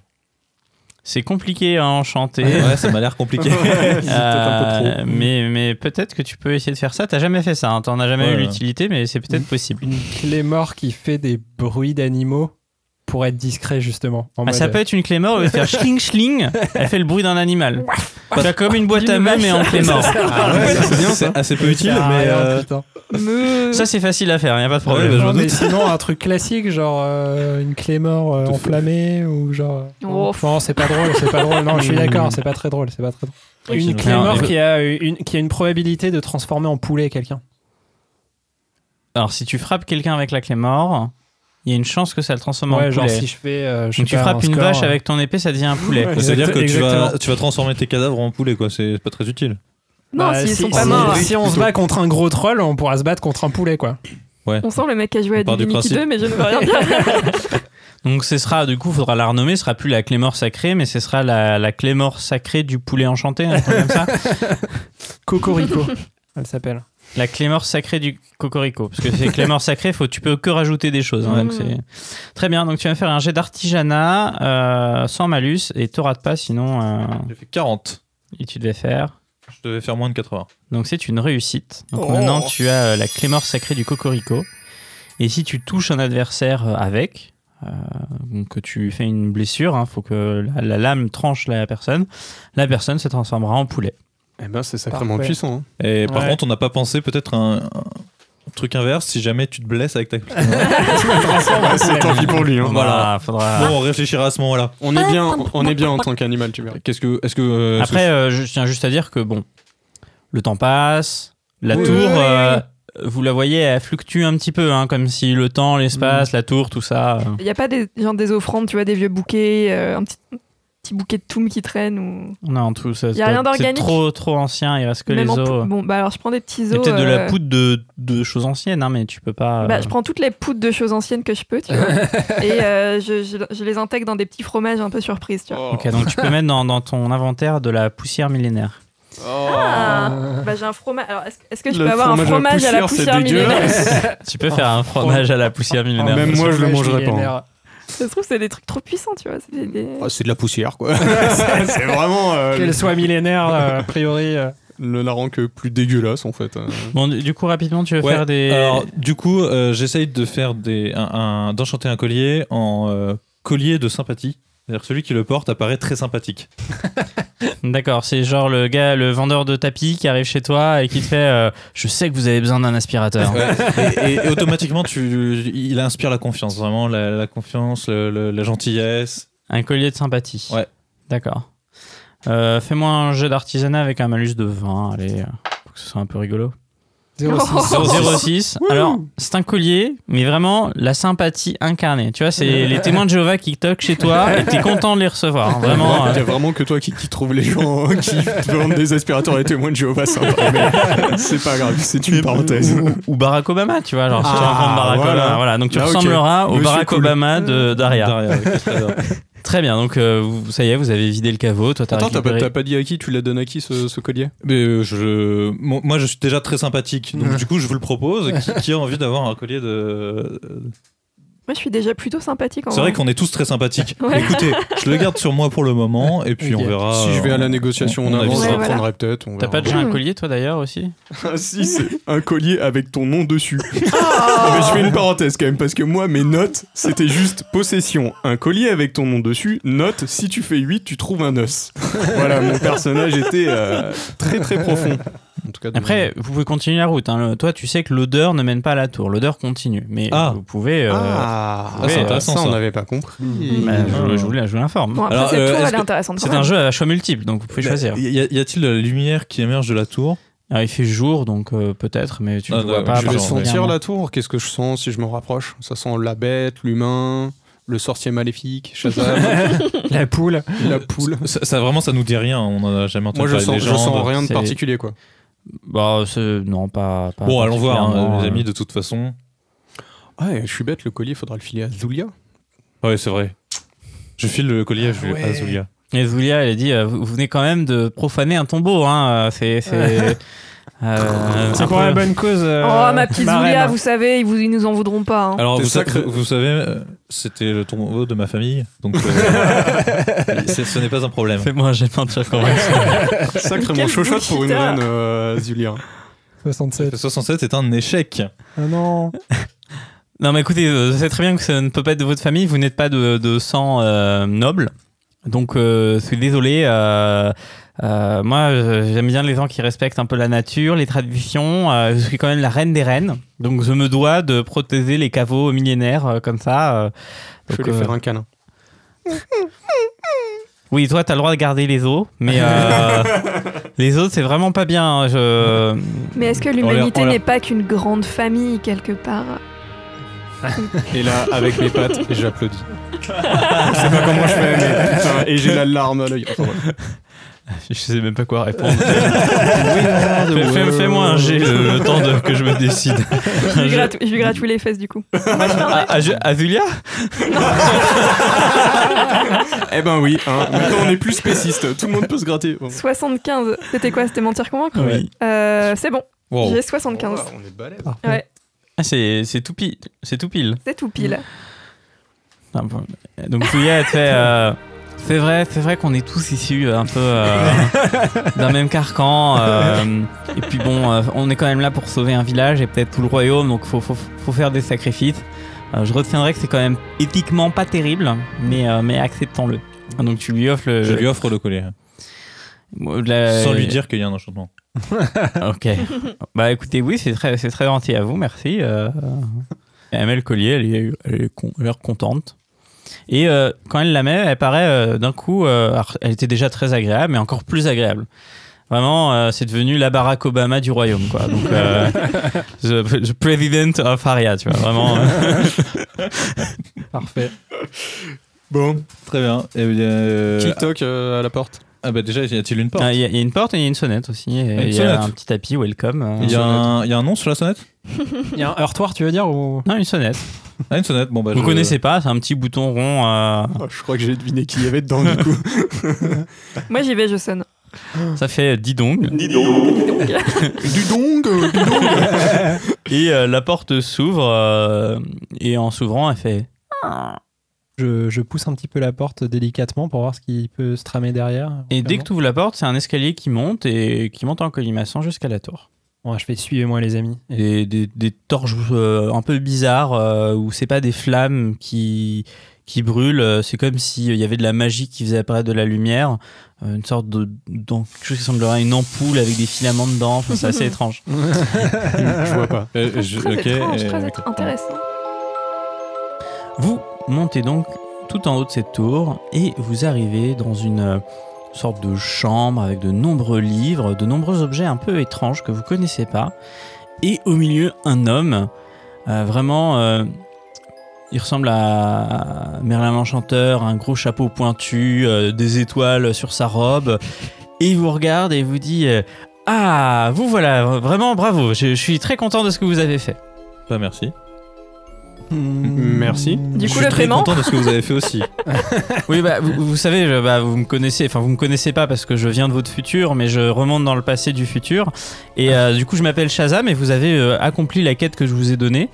Speaker 5: C'est compliqué à enchanter.
Speaker 4: Ouais, ça m'a l'air compliqué.
Speaker 5: Euh, mais mais peut-être que tu peux essayer de faire ça. T'as jamais fait ça, hein, t'en as jamais
Speaker 4: Ouais.
Speaker 5: eu l'utilité, mais c'est peut-être possible.
Speaker 6: Une Claymore qui fait des bruits d'animaux pour être discret justement. En
Speaker 5: Ah, ça
Speaker 6: mode-
Speaker 5: peut être une clémore où elle fait schling schling, elle fait le bruit d'un animal. T'as comme une boîte à
Speaker 3: Une
Speaker 5: main mais en clémore.
Speaker 4: Ah ouais, c'est bien ça. assez peu utile,
Speaker 6: Ah,
Speaker 4: mais.
Speaker 6: rien,
Speaker 4: euh,
Speaker 6: putain.
Speaker 3: me-
Speaker 5: Ça c'est facile à faire, y a pas de
Speaker 4: Ouais,
Speaker 5: problème.
Speaker 4: bah, je
Speaker 6: euh, Non,
Speaker 4: me
Speaker 6: mais
Speaker 4: doute.
Speaker 6: sinon un truc classique genre euh, une Claymore euh, enflammée ou genre euh,
Speaker 3: Oh.
Speaker 6: non c'est pas drôle c'est pas drôle non je suis d'accord c'est pas très drôle c'est pas très drôle Mm. une
Speaker 5: Claymore
Speaker 6: Claymore
Speaker 5: qui
Speaker 6: qui a euh, une qui a une probabilité de transformer en poulet quelqu'un
Speaker 5: Alors si tu frappes quelqu'un avec la clémore, il y a une chance que ça le transforme en
Speaker 6: ouais genre
Speaker 5: poulet.
Speaker 6: si je fais euh, je sais
Speaker 5: Donc tu
Speaker 6: pas,
Speaker 5: frappes
Speaker 6: un
Speaker 5: une
Speaker 6: score,
Speaker 5: vache
Speaker 6: euh,
Speaker 5: avec ton épée, ça devient un poulet.
Speaker 4: C'est-à-dire
Speaker 6: Exact-
Speaker 4: que tu vas,
Speaker 6: exactement.
Speaker 4: tu vas transformer tes cadavres en poulet, quoi. C'est pas très utile.
Speaker 3: Non,
Speaker 6: bah,
Speaker 3: s'ils
Speaker 6: si-
Speaker 3: sont pas
Speaker 6: si-
Speaker 3: morts.
Speaker 6: si on se bat contre un gros troll on pourra se battre contre un poulet quoi
Speaker 3: On sent le mec qui a joué à
Speaker 4: On part du
Speaker 3: Divinity
Speaker 4: principe.
Speaker 3: 2, mais je ne veux rien dire.
Speaker 5: Donc ce sera, du coup, faudra la renommer, ce sera plus la clémore sacrée, mais ce sera la, la clémore sacrée du poulet enchanté, un truc comme ça.
Speaker 3: *laughs*
Speaker 6: Cocorico elle s'appelle
Speaker 5: La clémore sacrée du cocorico, parce que c'est clémore sacrée, faut, tu peux que rajouter des choses. hein, donc
Speaker 3: Mm.
Speaker 5: c'est- Très bien, donc tu vas me faire un jet d'artisanat euh, sans malus, et t'auras pas sinon, euh,
Speaker 6: Ah.
Speaker 4: J'ai fait 40.
Speaker 5: et tu devais faire.
Speaker 4: Je devais faire moins de 80.
Speaker 5: Donc c'est une réussite. Donc maintenant tu as euh, la clémore sacrée du cocorico, et si tu touches un adversaire euh, avec, euh, donc tu fais une blessure, hein, faut que la, la lame tranche la personne, la personne se transformera en poulet.
Speaker 2: Eh ben, c'est sacrément
Speaker 6: Parfait.
Speaker 2: puissant. hein.
Speaker 4: Et par
Speaker 6: Ouais.
Speaker 4: contre, on n'a pas pensé peut-être un, un truc inverse si jamais tu te blesses avec ta
Speaker 2: Tant pis pour lui. hein.
Speaker 5: Voilà, bah,
Speaker 6: Ah.
Speaker 5: faudra.
Speaker 4: Bon, on réfléchira à ce moment-là.
Speaker 2: On est bien, on est bien en tant qu'animal, tu verras.
Speaker 4: Qu'est-ce que. Est-ce que. euh, est-ce
Speaker 5: Après, euh, je tiens juste à dire que bon, le temps passe, la
Speaker 6: Oui,
Speaker 5: tour,
Speaker 6: oui, oui,
Speaker 5: euh, vous la voyez, elle fluctue un petit peu, hein, comme si le temps,
Speaker 3: Mm.
Speaker 5: l'espace, la tour, tout ça. euh.
Speaker 3: Il n'y a pas des, genre des offrandes, tu vois, des vieux bouquets, euh, un petit, petit bouquet de toum qui traîne ou.
Speaker 5: Non, tout ça.
Speaker 3: Y a
Speaker 5: c'est-
Speaker 3: rien
Speaker 5: C'est
Speaker 3: d'organique.
Speaker 5: trop, trop ancien, il reste que
Speaker 3: Même
Speaker 5: les
Speaker 3: en pou-
Speaker 5: os.
Speaker 3: Bon, bah alors je prends des petits os.
Speaker 5: Il y a peut-être de la
Speaker 3: euh,
Speaker 5: poudre de, de choses anciennes, hein, mais tu peux pas. euh,
Speaker 3: Bah, je prends toutes les poudres de choses anciennes que je peux, tu vois. et euh, je, je- je les intègre dans des petits fromages un peu surprises, tu vois.
Speaker 2: Oh.
Speaker 5: Ok, donc tu
Speaker 3: *laughs*
Speaker 5: peux mettre dans, dans ton inventaire de la poussière millénaire.
Speaker 2: Oh,
Speaker 3: Ah.
Speaker 6: Euh,
Speaker 3: Bah, j'ai un fromage. Alors, est-ce, est-ce que je
Speaker 2: Le
Speaker 3: peux avoir un
Speaker 2: fromage
Speaker 3: fromage à la poussière, millénaire
Speaker 5: Tu peux faire un fromage à la *laughs* poussière millénaire.
Speaker 2: Ah, même moi, je le
Speaker 6: Sauvage
Speaker 2: mangerai pas, hein.
Speaker 6: millénaire.
Speaker 3: *laughs* Ça se trouve, c'est des trucs trop puissants, tu vois. C'est des- des-
Speaker 2: Ah, c'est de la poussière, quoi. *laughs* c'est vraiment euh,
Speaker 6: Qu'elle soit millénaire, euh, a priori. euh.
Speaker 2: le larron que plus dégueulasse, en fait. euh.
Speaker 5: Bon, du du coup, rapidement, tu veux
Speaker 4: Ouais,
Speaker 5: faire des.
Speaker 4: Alors, du coup, euh, j'essaye de faire des, un, un- d'enchanter un collier en euh, collier de sympathie. C'est-à-dire que celui qui le porte apparaît très sympathique.
Speaker 5: D'accord, c'est genre le gars, le vendeur de tapis qui arrive chez toi et qui te fait euh, Je sais que vous avez besoin d'un aspirateur.
Speaker 4: Et, et automatiquement, tu, il inspire la confiance, vraiment la, la confiance, le- le- la gentillesse.
Speaker 5: Un collier de sympathie.
Speaker 4: Ouais.
Speaker 5: D'accord. Euh, Fais-moi un jeu d'artisanat avec un malus de 20, allez, euh, pour que ce soit un peu rigolo.
Speaker 3: *laughs* Oh.
Speaker 5: 0,06. Alors, c'est un collier, mais vraiment la sympathie incarnée. Tu vois, c'est les témoins de Jéhovah qui toquent chez toi et t'es content de les recevoir. Vraiment.
Speaker 2: Ouais,
Speaker 5: euh,
Speaker 2: t'as vraiment que toi qui, qui trouve les
Speaker 5: *laughs*
Speaker 2: gens hein, qui te vendent des aspirateurs et témoins de Jéhovah sympa. Mais c'est pas grave, c'est une parenthèse.
Speaker 5: ou, *laughs* ou Barack Obama, tu vois. Genre, si tu
Speaker 2: Ah,
Speaker 5: rencontres Barack
Speaker 2: voilà.
Speaker 5: Obama, voilà. Donc tu
Speaker 2: Ah, ok.
Speaker 5: ressembleras au
Speaker 2: Monsieur
Speaker 5: Barack
Speaker 2: cool.
Speaker 5: Obama de Daria.
Speaker 4: Derrière, ok, très bien.
Speaker 5: Très bien, donc euh, vous- ça y est, vous avez vidé le caveau. Toi, t'as
Speaker 2: Attends, t'as pas,
Speaker 5: récupéré-
Speaker 2: t'as pas dit à qui tu l'as donné à qui ce, ce collier
Speaker 4: Mais euh, je, mon- moi, je suis
Speaker 2: *laughs*
Speaker 4: déjà très sympathique, donc du coup, je vous le propose. Qui, qui a envie d'avoir un collier de
Speaker 3: Moi, je suis déjà plutôt sympathique en
Speaker 4: C'est vrai qu'on est tous très sympathiques.
Speaker 3: Ouais.
Speaker 4: Écoutez, je le garde sur moi pour le moment et puis
Speaker 6: Ok.
Speaker 4: on verra. euh,
Speaker 2: Si je vais à la négociation
Speaker 5: Ah,
Speaker 2: en avance,
Speaker 3: Ouais,
Speaker 2: ça
Speaker 3: voilà.
Speaker 2: prendrait peut-être. on
Speaker 5: T'as
Speaker 2: verra.
Speaker 5: pas déjà un collier, toi, d'ailleurs, aussi
Speaker 2: Ah si, c'est un collier avec ton nom dessus. Mais je fais une parenthèse quand même, parce que moi, mes notes, c'était juste possession. Un collier avec ton nom dessus, note, si tu fais 8, tu trouves un os. voilà, mon personnage était euh, très très profond. En tout cas, de-
Speaker 5: Après, vous pouvez continuer la route. hein. Le- toi, tu sais que l'odeur ne mène pas à la tour. L'odeur continue. Mais
Speaker 4: Ah.
Speaker 5: vous pouvez. euh,
Speaker 2: Ah,
Speaker 5: ouais,
Speaker 2: c'est
Speaker 5: euh,
Speaker 2: intéressant,
Speaker 4: ça.
Speaker 2: on n'avait pas compris.
Speaker 5: bah, je, je vous l'ai- je vous l'informe.
Speaker 3: Bon, après,
Speaker 4: Alors,
Speaker 3: cette
Speaker 4: euh,
Speaker 3: tour,
Speaker 4: est-ce
Speaker 3: elle est
Speaker 4: que-
Speaker 3: intéressante.
Speaker 5: C'est
Speaker 3: quand
Speaker 5: un
Speaker 3: même.
Speaker 5: jeu à choix multiple, donc vous pouvez
Speaker 4: Bah,
Speaker 5: choisir.
Speaker 4: Y a- y a-t-il de la lumière qui émerge de la tour
Speaker 5: Alors, il fait jour, donc euh, peut-être, mais tu ne
Speaker 4: Ah,
Speaker 5: vois
Speaker 4: ouais,
Speaker 5: pas.
Speaker 4: Ah,
Speaker 2: je vais
Speaker 4: pardon,
Speaker 2: sentir la tour, qu'est-ce que je sens si je me rapproche Ça sent la bête, l'humain, le sorcier maléfique, *laughs* Shazam,
Speaker 6: La poule.
Speaker 2: la poule.
Speaker 4: ça, ça, vraiment, ça nous dit rien. On en a jamais entendu
Speaker 2: Moi, je
Speaker 4: parler de
Speaker 2: sens, je
Speaker 4: légende.
Speaker 2: sens rien de
Speaker 5: c'est-
Speaker 2: particulier, quoi.
Speaker 5: Bah, c'est- non, pas. pas
Speaker 4: Bon, allons voir, hein,
Speaker 5: particulièrement,
Speaker 4: les
Speaker 5: euh,
Speaker 4: amis, de toute façon.
Speaker 2: Ouais, je suis bête, le collier, faudra le filer à Zulia.
Speaker 4: Ouais, c'est vrai. Je file le collier je vais à Zulia.
Speaker 5: Et Zulia, elle a dit euh, vous, vous venez quand même de profaner un tombeau, hein. euh, C'est. C'est euh,
Speaker 7: C'est
Speaker 5: un
Speaker 7: pour
Speaker 5: peu-
Speaker 7: la bonne cause. euh,
Speaker 3: Oh, ma petite Zulia,
Speaker 7: Marraine.
Speaker 3: vous savez, ils, vous, ils nous en voudront pas. hein.
Speaker 4: Alors,
Speaker 2: T'es
Speaker 4: vous, sa-
Speaker 2: sacré-
Speaker 4: vous savez, euh, c'était le tombeau de ma famille,
Speaker 2: *laughs*
Speaker 4: donc euh, c'est- ce n'est pas un problème.
Speaker 5: Fais-moi un jet de peinture convaincue.
Speaker 2: Sacrément
Speaker 3: Quel
Speaker 2: chochotte pour une
Speaker 3: bullshitter.
Speaker 2: reine, euh, Zulia.
Speaker 6: 67.
Speaker 4: 67 est un échec.
Speaker 6: Ah non.
Speaker 5: Non, mais écoutez, euh, c'est très bien que ça ne peut pas être de votre famille, vous n'êtes pas de, de sang euh, noble. Donc, euh, je suis désolé. euh, euh, moi, euh, j'aime bien les gens qui respectent un peu la nature, les traditions. euh, je suis quand même la reine des reines. Donc, je me dois de protéger les caveaux millénaires euh, comme ça. euh.
Speaker 2: Je vais
Speaker 5: Donc,
Speaker 2: lui
Speaker 5: euh,
Speaker 2: faire un câlin.
Speaker 5: *laughs* Oui, toi, t'as le droit de garder les os, mais euh, les autres, c'est vraiment pas bien. hein, je... *laughs*
Speaker 3: Mais est-ce que
Speaker 4: leur- on
Speaker 3: l'humanité
Speaker 4: leur-
Speaker 3: n'est pas qu'une grande famille quelque part
Speaker 2: Et là, avec mes pattes, j'applaudis. je sais pas comment je fais, mais putain, et j'ai la larme à l'œil. Enfin, voilà.
Speaker 5: *laughs* Je sais même pas quoi répondre. Fais- fais- Fais-moi un jet le, le temps de- que je me décide.
Speaker 3: je lui, gratte, je lui gratouille les fesses du coup. Moi, je fais un-
Speaker 5: À, à, à Zulia
Speaker 2: Eh ben oui, hein, maintenant on est plus spéciste, tout le monde peut se gratter. Bon.
Speaker 3: 75. C'était quoi C'était mentir convaincre
Speaker 5: Oui.
Speaker 3: Euh, C'est bon,
Speaker 4: Wow.
Speaker 3: j'ai 75.
Speaker 2: Voilà, on est balèze.
Speaker 5: Ah, c'est c'est tout pile. C'est tout pile.
Speaker 3: C'est tout pile.
Speaker 5: Ah, bon. Donc Julia, elle te fait. euh, c'est vrai, c'est vrai qu'on est tous issus euh, un peu euh, d'un même carcan. euh, et puis bon, euh, on est quand même là pour sauver un village et peut-être tout le royaume, donc faut, faut, faut faire des sacrifices. Euh, je retiendrai que c'est quand même éthiquement pas terrible, mais, euh, mais acceptons-le. Donc tu lui offres le.
Speaker 4: Je lui offre le collier,
Speaker 5: Bon, la-
Speaker 4: sans lui dire qu'il y a un enchantement.
Speaker 5: *laughs* Ok. bah écoutez, oui, c'est très, c'est très gentil à vous, merci. euh. Elle met le collier, elle est, elle est con- elle a l'air contente. Et euh, quand elle la met, elle paraît euh, d'un coup, euh, alors, elle était déjà très agréable, mais encore plus agréable. Vraiment, euh, c'est devenu la Barack Obama du royaume, quoi. Donc,
Speaker 4: *laughs*
Speaker 5: euh, the, the President of Aria, tu vois, vraiment. euh.
Speaker 6: Parfait.
Speaker 2: Bon,
Speaker 4: Très bien. Eh bien, euh,
Speaker 2: qui toque euh, à la porte
Speaker 4: ah bah déjà, y a-t-il une porte
Speaker 5: Ah, Il y, a- il y a une porte et il y a une sonnette aussi. et
Speaker 4: une
Speaker 5: Il y
Speaker 4: sonnette.
Speaker 5: a un petit tapis, welcome. euh.
Speaker 4: Il y, a un, il y a un nom sur la sonnette
Speaker 6: Il y a un heurtoir, tu veux dire ou...
Speaker 5: Non, une sonnette.
Speaker 4: Ah, une sonnette. Bon, bah,
Speaker 5: Vous
Speaker 4: je-
Speaker 5: connaissez pas, c'est un petit bouton rond.
Speaker 4: Ah.
Speaker 5: euh,
Speaker 2: Oh, Je crois que j'ai deviné qui y avait dedans du *laughs* coup.
Speaker 3: Moi, j'y vais, je sonne.
Speaker 5: ça fait euh, 10 dong.
Speaker 2: du dong, euh, du dong.
Speaker 5: Et euh, la porte s'ouvre euh, et en s'ouvrant, elle fait
Speaker 6: je, je pousse un petit peu la porte délicatement pour voir ce qui peut se tramer derrière.
Speaker 5: Et dès que tu ouvres la porte, c'est un escalier qui monte et qui monte en colimaçon jusqu'à la tour.
Speaker 6: Bon, je fais suivez-moi les amis. Et
Speaker 5: Et des, des torches euh, un peu bizarres euh, où c'est pas des flammes qui, qui brûlent, euh, c'est comme s'il y avait de la magie qui faisait apparaître de la lumière, euh, une sorte de. dans quelque chose qui semblerait une ampoule avec des filaments dedans, Enfin, c'est assez étrange.
Speaker 2: Je vois pas.
Speaker 4: Euh, je-
Speaker 3: Très
Speaker 4: ok,
Speaker 3: étrange,
Speaker 4: euh,
Speaker 3: très
Speaker 4: ok.
Speaker 3: intéressant.
Speaker 5: Vous montez donc tout en haut de cette tour et vous arrivez dans une euh, sorte de chambre avec de nombreux livres, de nombreux objets un peu étranges que vous connaissez pas. Et au milieu, un homme, euh, vraiment, euh, il ressemble à à Merlin l'Enchanteur, un gros chapeau pointu, euh, des étoiles sur sa robe. Et il vous regarde et vous dit euh, Ah, vous voilà, vraiment bravo, je- je suis très content de ce que vous avez fait.
Speaker 4: Bah, merci.
Speaker 2: Merci.
Speaker 3: Du
Speaker 4: je
Speaker 3: coup,
Speaker 4: suis
Speaker 3: le
Speaker 4: très
Speaker 3: paiement
Speaker 4: content de ce que vous avez fait
Speaker 3: *laughs*
Speaker 4: aussi.
Speaker 5: Oui, bah, vous, vous savez, je- bah, vous me connaissez, enfin, vous me connaissez pas parce que je viens de votre futur, mais je remonte dans le
Speaker 3: Ah.
Speaker 5: passé du futur. Et euh, du coup, je m'appelle Shazam et vous avez euh, accompli la quête que je vous ai donnée.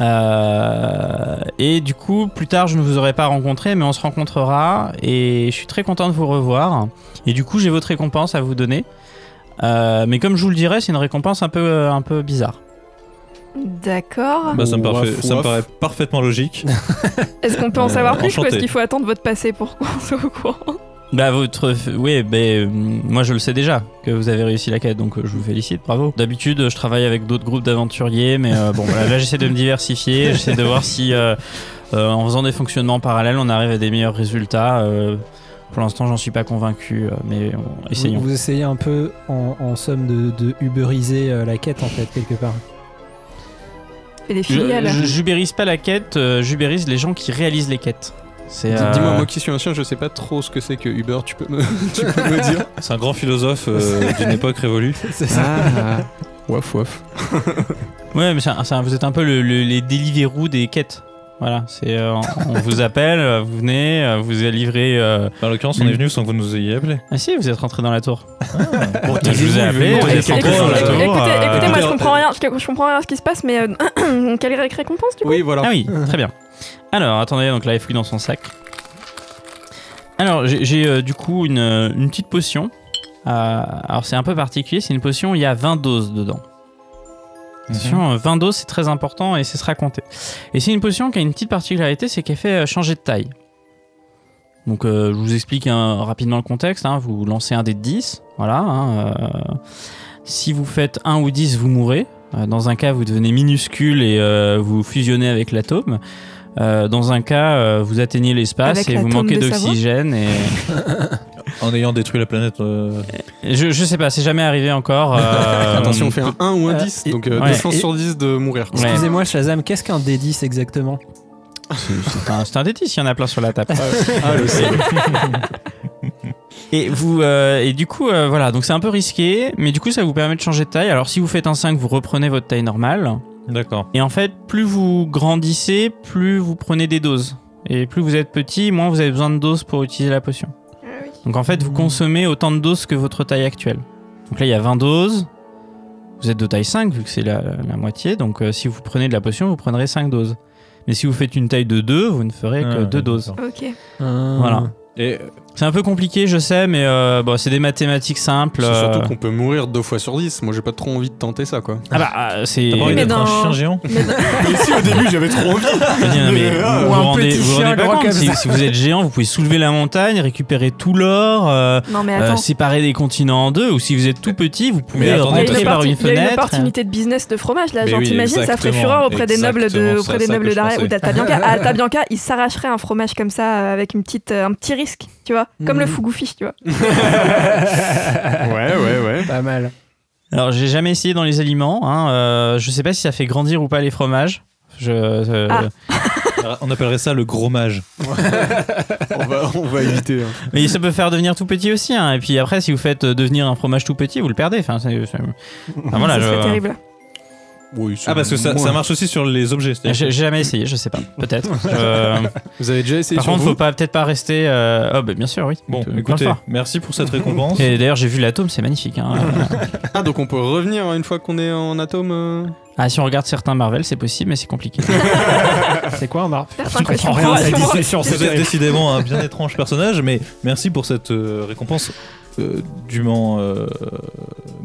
Speaker 5: Euh, et du coup, plus tard, je ne vous aurai pas rencontré, mais on se rencontrera. Et je suis très content de vous revoir. Et du coup, j'ai votre récompense à vous donner. Euh, mais comme je vous le dirai, c'est une récompense un peu, euh, un peu bizarre.
Speaker 3: D'accord.
Speaker 4: Bah, ça, me
Speaker 2: Ouaf,
Speaker 4: paraît- ça me
Speaker 2: ouaf.
Speaker 4: paraît parfaitement logique.
Speaker 3: Est-ce qu'on peut en
Speaker 4: Euh,
Speaker 3: savoir plus ou
Speaker 4: enchanté.
Speaker 3: est-ce qu'il faut attendre votre passé pour qu'on *laughs* soit au courant
Speaker 5: Bah, votre. Oui, bah, euh, moi je le sais déjà que vous avez réussi la quête, donc euh, je vous félicite, bravo. D'habitude, euh, je travaille avec d'autres groupes d'aventuriers, mais euh, bon, voilà, là j'essaie de me diversifier, j'essaie de voir si euh, euh, en faisant des fonctionnements parallèles, on arrive à des meilleurs résultats. euh, pour l'instant, j'en suis pas convaincu, euh, mais on- essayons.
Speaker 6: Vous, vous essayez un peu, en, en somme, de, de uberiser euh, la quête, en fait, quelque part.
Speaker 3: Et les
Speaker 5: Je-
Speaker 3: filiales.
Speaker 5: je- J'ubérise pas la quête, euh, j'ubérise les gens qui réalisent les quêtes. C'est, euh,
Speaker 2: Dis-moi, moi qui suis un chien, je sais pas trop ce que c'est que Uber, tu peux me, *laughs* tu peux me
Speaker 5: *laughs*
Speaker 2: dire
Speaker 4: C'est un grand philosophe euh, d'une époque révolue.
Speaker 6: C'est ça.
Speaker 2: Ah, waf waf.
Speaker 5: Ouais, mais c'est un- c'est un- vous êtes un peu le- le- les Deliveroo des quêtes. Voilà, c'est euh, on vous appelle, euh, vous venez, euh, vous avez livré. euh,
Speaker 4: En l'occurrence, on est venu sans que vous nous ayez appelé.
Speaker 5: Ah si, vous êtes rentré dans la tour. Ah. *laughs* je vous
Speaker 4: taisez-vous,
Speaker 5: ai
Speaker 4: je vais
Speaker 5: appelé,
Speaker 4: vous
Speaker 5: vous êtes
Speaker 4: taper
Speaker 5: rentré
Speaker 4: quelques
Speaker 5: dans la
Speaker 4: secondes.
Speaker 5: tour.
Speaker 3: Écoutez,
Speaker 5: euh,
Speaker 3: écoutez, moi je
Speaker 4: euh,
Speaker 3: comprends rien, je, je comprends rien à ce qui se passe, mais euh, *clears throat* quelle ré- récompense du coup
Speaker 2: Oui, voilà.
Speaker 5: Ah oui, très bien. Alors, attendez, donc là, il fouille dans son sac. Alors, j'ai j'ai, euh, du coup une, euh, une petite potion. Euh, alors, c'est un peu particulier, c'est une potion, il y a 20 doses dedans. Attention, euh, 20 doses, c'est très important et c'est se raconter. Et c'est une potion qui a une petite particularité, c'est qu'elle fait euh, changer de taille. Donc, euh, je vous explique hein, rapidement le contexte. hein. vous lancez un dé de 10, voilà. hein, euh, si vous faites 1 ou 10, vous mourrez. Euh, Dans un cas, vous devenez minuscule et euh, vous fusionnez avec l'atome. Euh, dans un cas, euh, vous atteignez l'espace
Speaker 3: Avec
Speaker 5: et vous
Speaker 3: l'atome
Speaker 5: manquez
Speaker 3: de savon
Speaker 5: d'oxygène. Et...
Speaker 4: En ayant détruit la planète. euh,
Speaker 5: Je, je sais pas, c'est jamais arrivé encore.
Speaker 2: *laughs*
Speaker 5: euh,
Speaker 2: Attention, on fait un 1 ou un 10,
Speaker 6: et-
Speaker 2: donc euh,
Speaker 5: ouais.
Speaker 2: deux chances
Speaker 6: Et-
Speaker 2: sur 10 de mourir. quoi.
Speaker 5: Ouais.
Speaker 6: Excusez-moi, Shazam, qu'est-ce qu'un D10 exactement
Speaker 5: c'est- C'est un, Bah, c'est un détis, il y en a plein sur la table.
Speaker 2: Ah, le seul.
Speaker 5: *laughs* Et vous euh, et du coup euh, voilà donc c'est un peu risqué mais du coup ça vous permet de changer de taille alors si vous faites un 5 vous reprenez votre taille normale
Speaker 4: D'accord.
Speaker 5: et en fait plus vous grandissez plus vous prenez des doses et plus vous êtes petit moins vous avez besoin de doses pour utiliser la potion
Speaker 3: Ah
Speaker 5: donc en fait
Speaker 4: Mmh.
Speaker 5: vous consommez autant de doses que votre taille actuelle donc là il y a 20 doses vous êtes de taille 5 vu que c'est la, la moitié donc euh, si vous prenez de la potion vous prendrez 5 doses mais si vous faites une taille de 2 vous ne ferez que
Speaker 4: Ah, Mmh.
Speaker 5: 2 euh, doses
Speaker 3: Ok.
Speaker 5: Voilà.
Speaker 4: Et euh,
Speaker 5: c'est un peu compliqué je sais mais euh, bon, c'est des mathématiques simples
Speaker 2: C'est
Speaker 5: euh,
Speaker 2: surtout qu'on peut mourir deux fois sur 10. Moi, j'ai pas trop envie de tenter ça, *laughs* quoi.
Speaker 5: Ah bah, ah, c'est.
Speaker 4: t'as pas envie
Speaker 3: Mais
Speaker 4: d'être
Speaker 3: dans-
Speaker 4: un chien géant
Speaker 2: Même si au début, j'avais trop envie.
Speaker 5: Je dis, Ah, non, mais
Speaker 2: Ou
Speaker 5: vous
Speaker 2: un
Speaker 5: vous rendez,
Speaker 6: petit
Speaker 5: vous
Speaker 6: chien
Speaker 5: rendez pas
Speaker 6: grand
Speaker 5: compte,
Speaker 6: comme
Speaker 5: si,
Speaker 6: ça.
Speaker 5: si vous êtes géant, vous pouvez soulever la montagne, récupérer tout l'or, euh,
Speaker 3: Non mais
Speaker 5: euh,
Speaker 3: attends.
Speaker 5: séparer des continents en deux, ou si vous êtes tout petit, vous
Speaker 4: Mais
Speaker 5: pouvez
Speaker 4: attendez,
Speaker 3: Euh, il y a
Speaker 5: rentrer
Speaker 4: attendez.
Speaker 3: une
Speaker 5: par
Speaker 3: opportun-
Speaker 5: une
Speaker 3: il y a une
Speaker 5: fenêtre.
Speaker 3: opportunité de business de fromage là,
Speaker 4: Mais
Speaker 3: genre
Speaker 4: oui,
Speaker 3: t'imagines, ça ferait
Speaker 4: exactement,
Speaker 3: fureur auprès des nobles de
Speaker 4: exactement,
Speaker 3: auprès
Speaker 4: c'est
Speaker 3: des
Speaker 4: ça
Speaker 3: nobles
Speaker 4: que je
Speaker 3: d'Arrée ou Ah,
Speaker 4: pensais. *laughs*
Speaker 3: d'Altabianca. À Altabianca, ils s'arracheraient un fromage comme ça euh, avec une petite euh, un petit risque, tu vois, comme le
Speaker 6: Mhm.
Speaker 3: fougoufiche, tu vois.
Speaker 2: Ouais, ouais, ouais.
Speaker 6: Pas mal.
Speaker 5: *laughs* Alors, j'ai jamais essayé dans les aliments, hein, euh, je sais pas si ça fait grandir ou pas les fromages. Je, euh,
Speaker 3: Ah.
Speaker 4: On appellerait ça le gros mage.
Speaker 2: On va, on va éviter. hein.
Speaker 5: Mais ça peut faire devenir tout petit aussi, hein, et puis après, si vous faites euh, devenir un fromage tout petit, vous le perdez. Enfin, c'est- c'est- enfin,
Speaker 3: *laughs*
Speaker 5: voilà,
Speaker 3: ça
Speaker 5: je-
Speaker 3: serait terrible.
Speaker 2: Oui, c'est
Speaker 4: Ah, parce que ça,
Speaker 2: moins.
Speaker 4: ça marche aussi sur les objets.
Speaker 5: j'ai
Speaker 4: c'est-à-dire
Speaker 5: euh, j'ai jamais essayé, je sais pas,
Speaker 4: *laughs*
Speaker 5: peut-être. Je-
Speaker 2: Vous avez déjà essayé
Speaker 5: Par
Speaker 2: sur
Speaker 5: contre,
Speaker 2: vous
Speaker 5: faut pas peut-être pas rester. euh, Oh, bah, bien sûr, oui.
Speaker 4: que- Bon,
Speaker 5: Plein de
Speaker 4: écoutez,
Speaker 5: fois.
Speaker 4: merci pour cette récompense.
Speaker 5: Et d'ailleurs, j'ai vu l'atome, c'est magnifique.
Speaker 4: *laughs*
Speaker 5: hein.
Speaker 2: Ah, donc on peut revenir une fois qu'on est en atome euh
Speaker 5: ah, si on regarde certains Marvel, c'est possible, mais c'est
Speaker 4: *laughs*
Speaker 5: compliqué.
Speaker 6: C'est quoi un marf
Speaker 3: Certains que
Speaker 6: comprends rien à cette
Speaker 3: comprends-
Speaker 6: discussion,
Speaker 4: Vous êtes décidément un bien *laughs* étrange personnage, mais merci pour cette euh, récompense euh, dûment euh,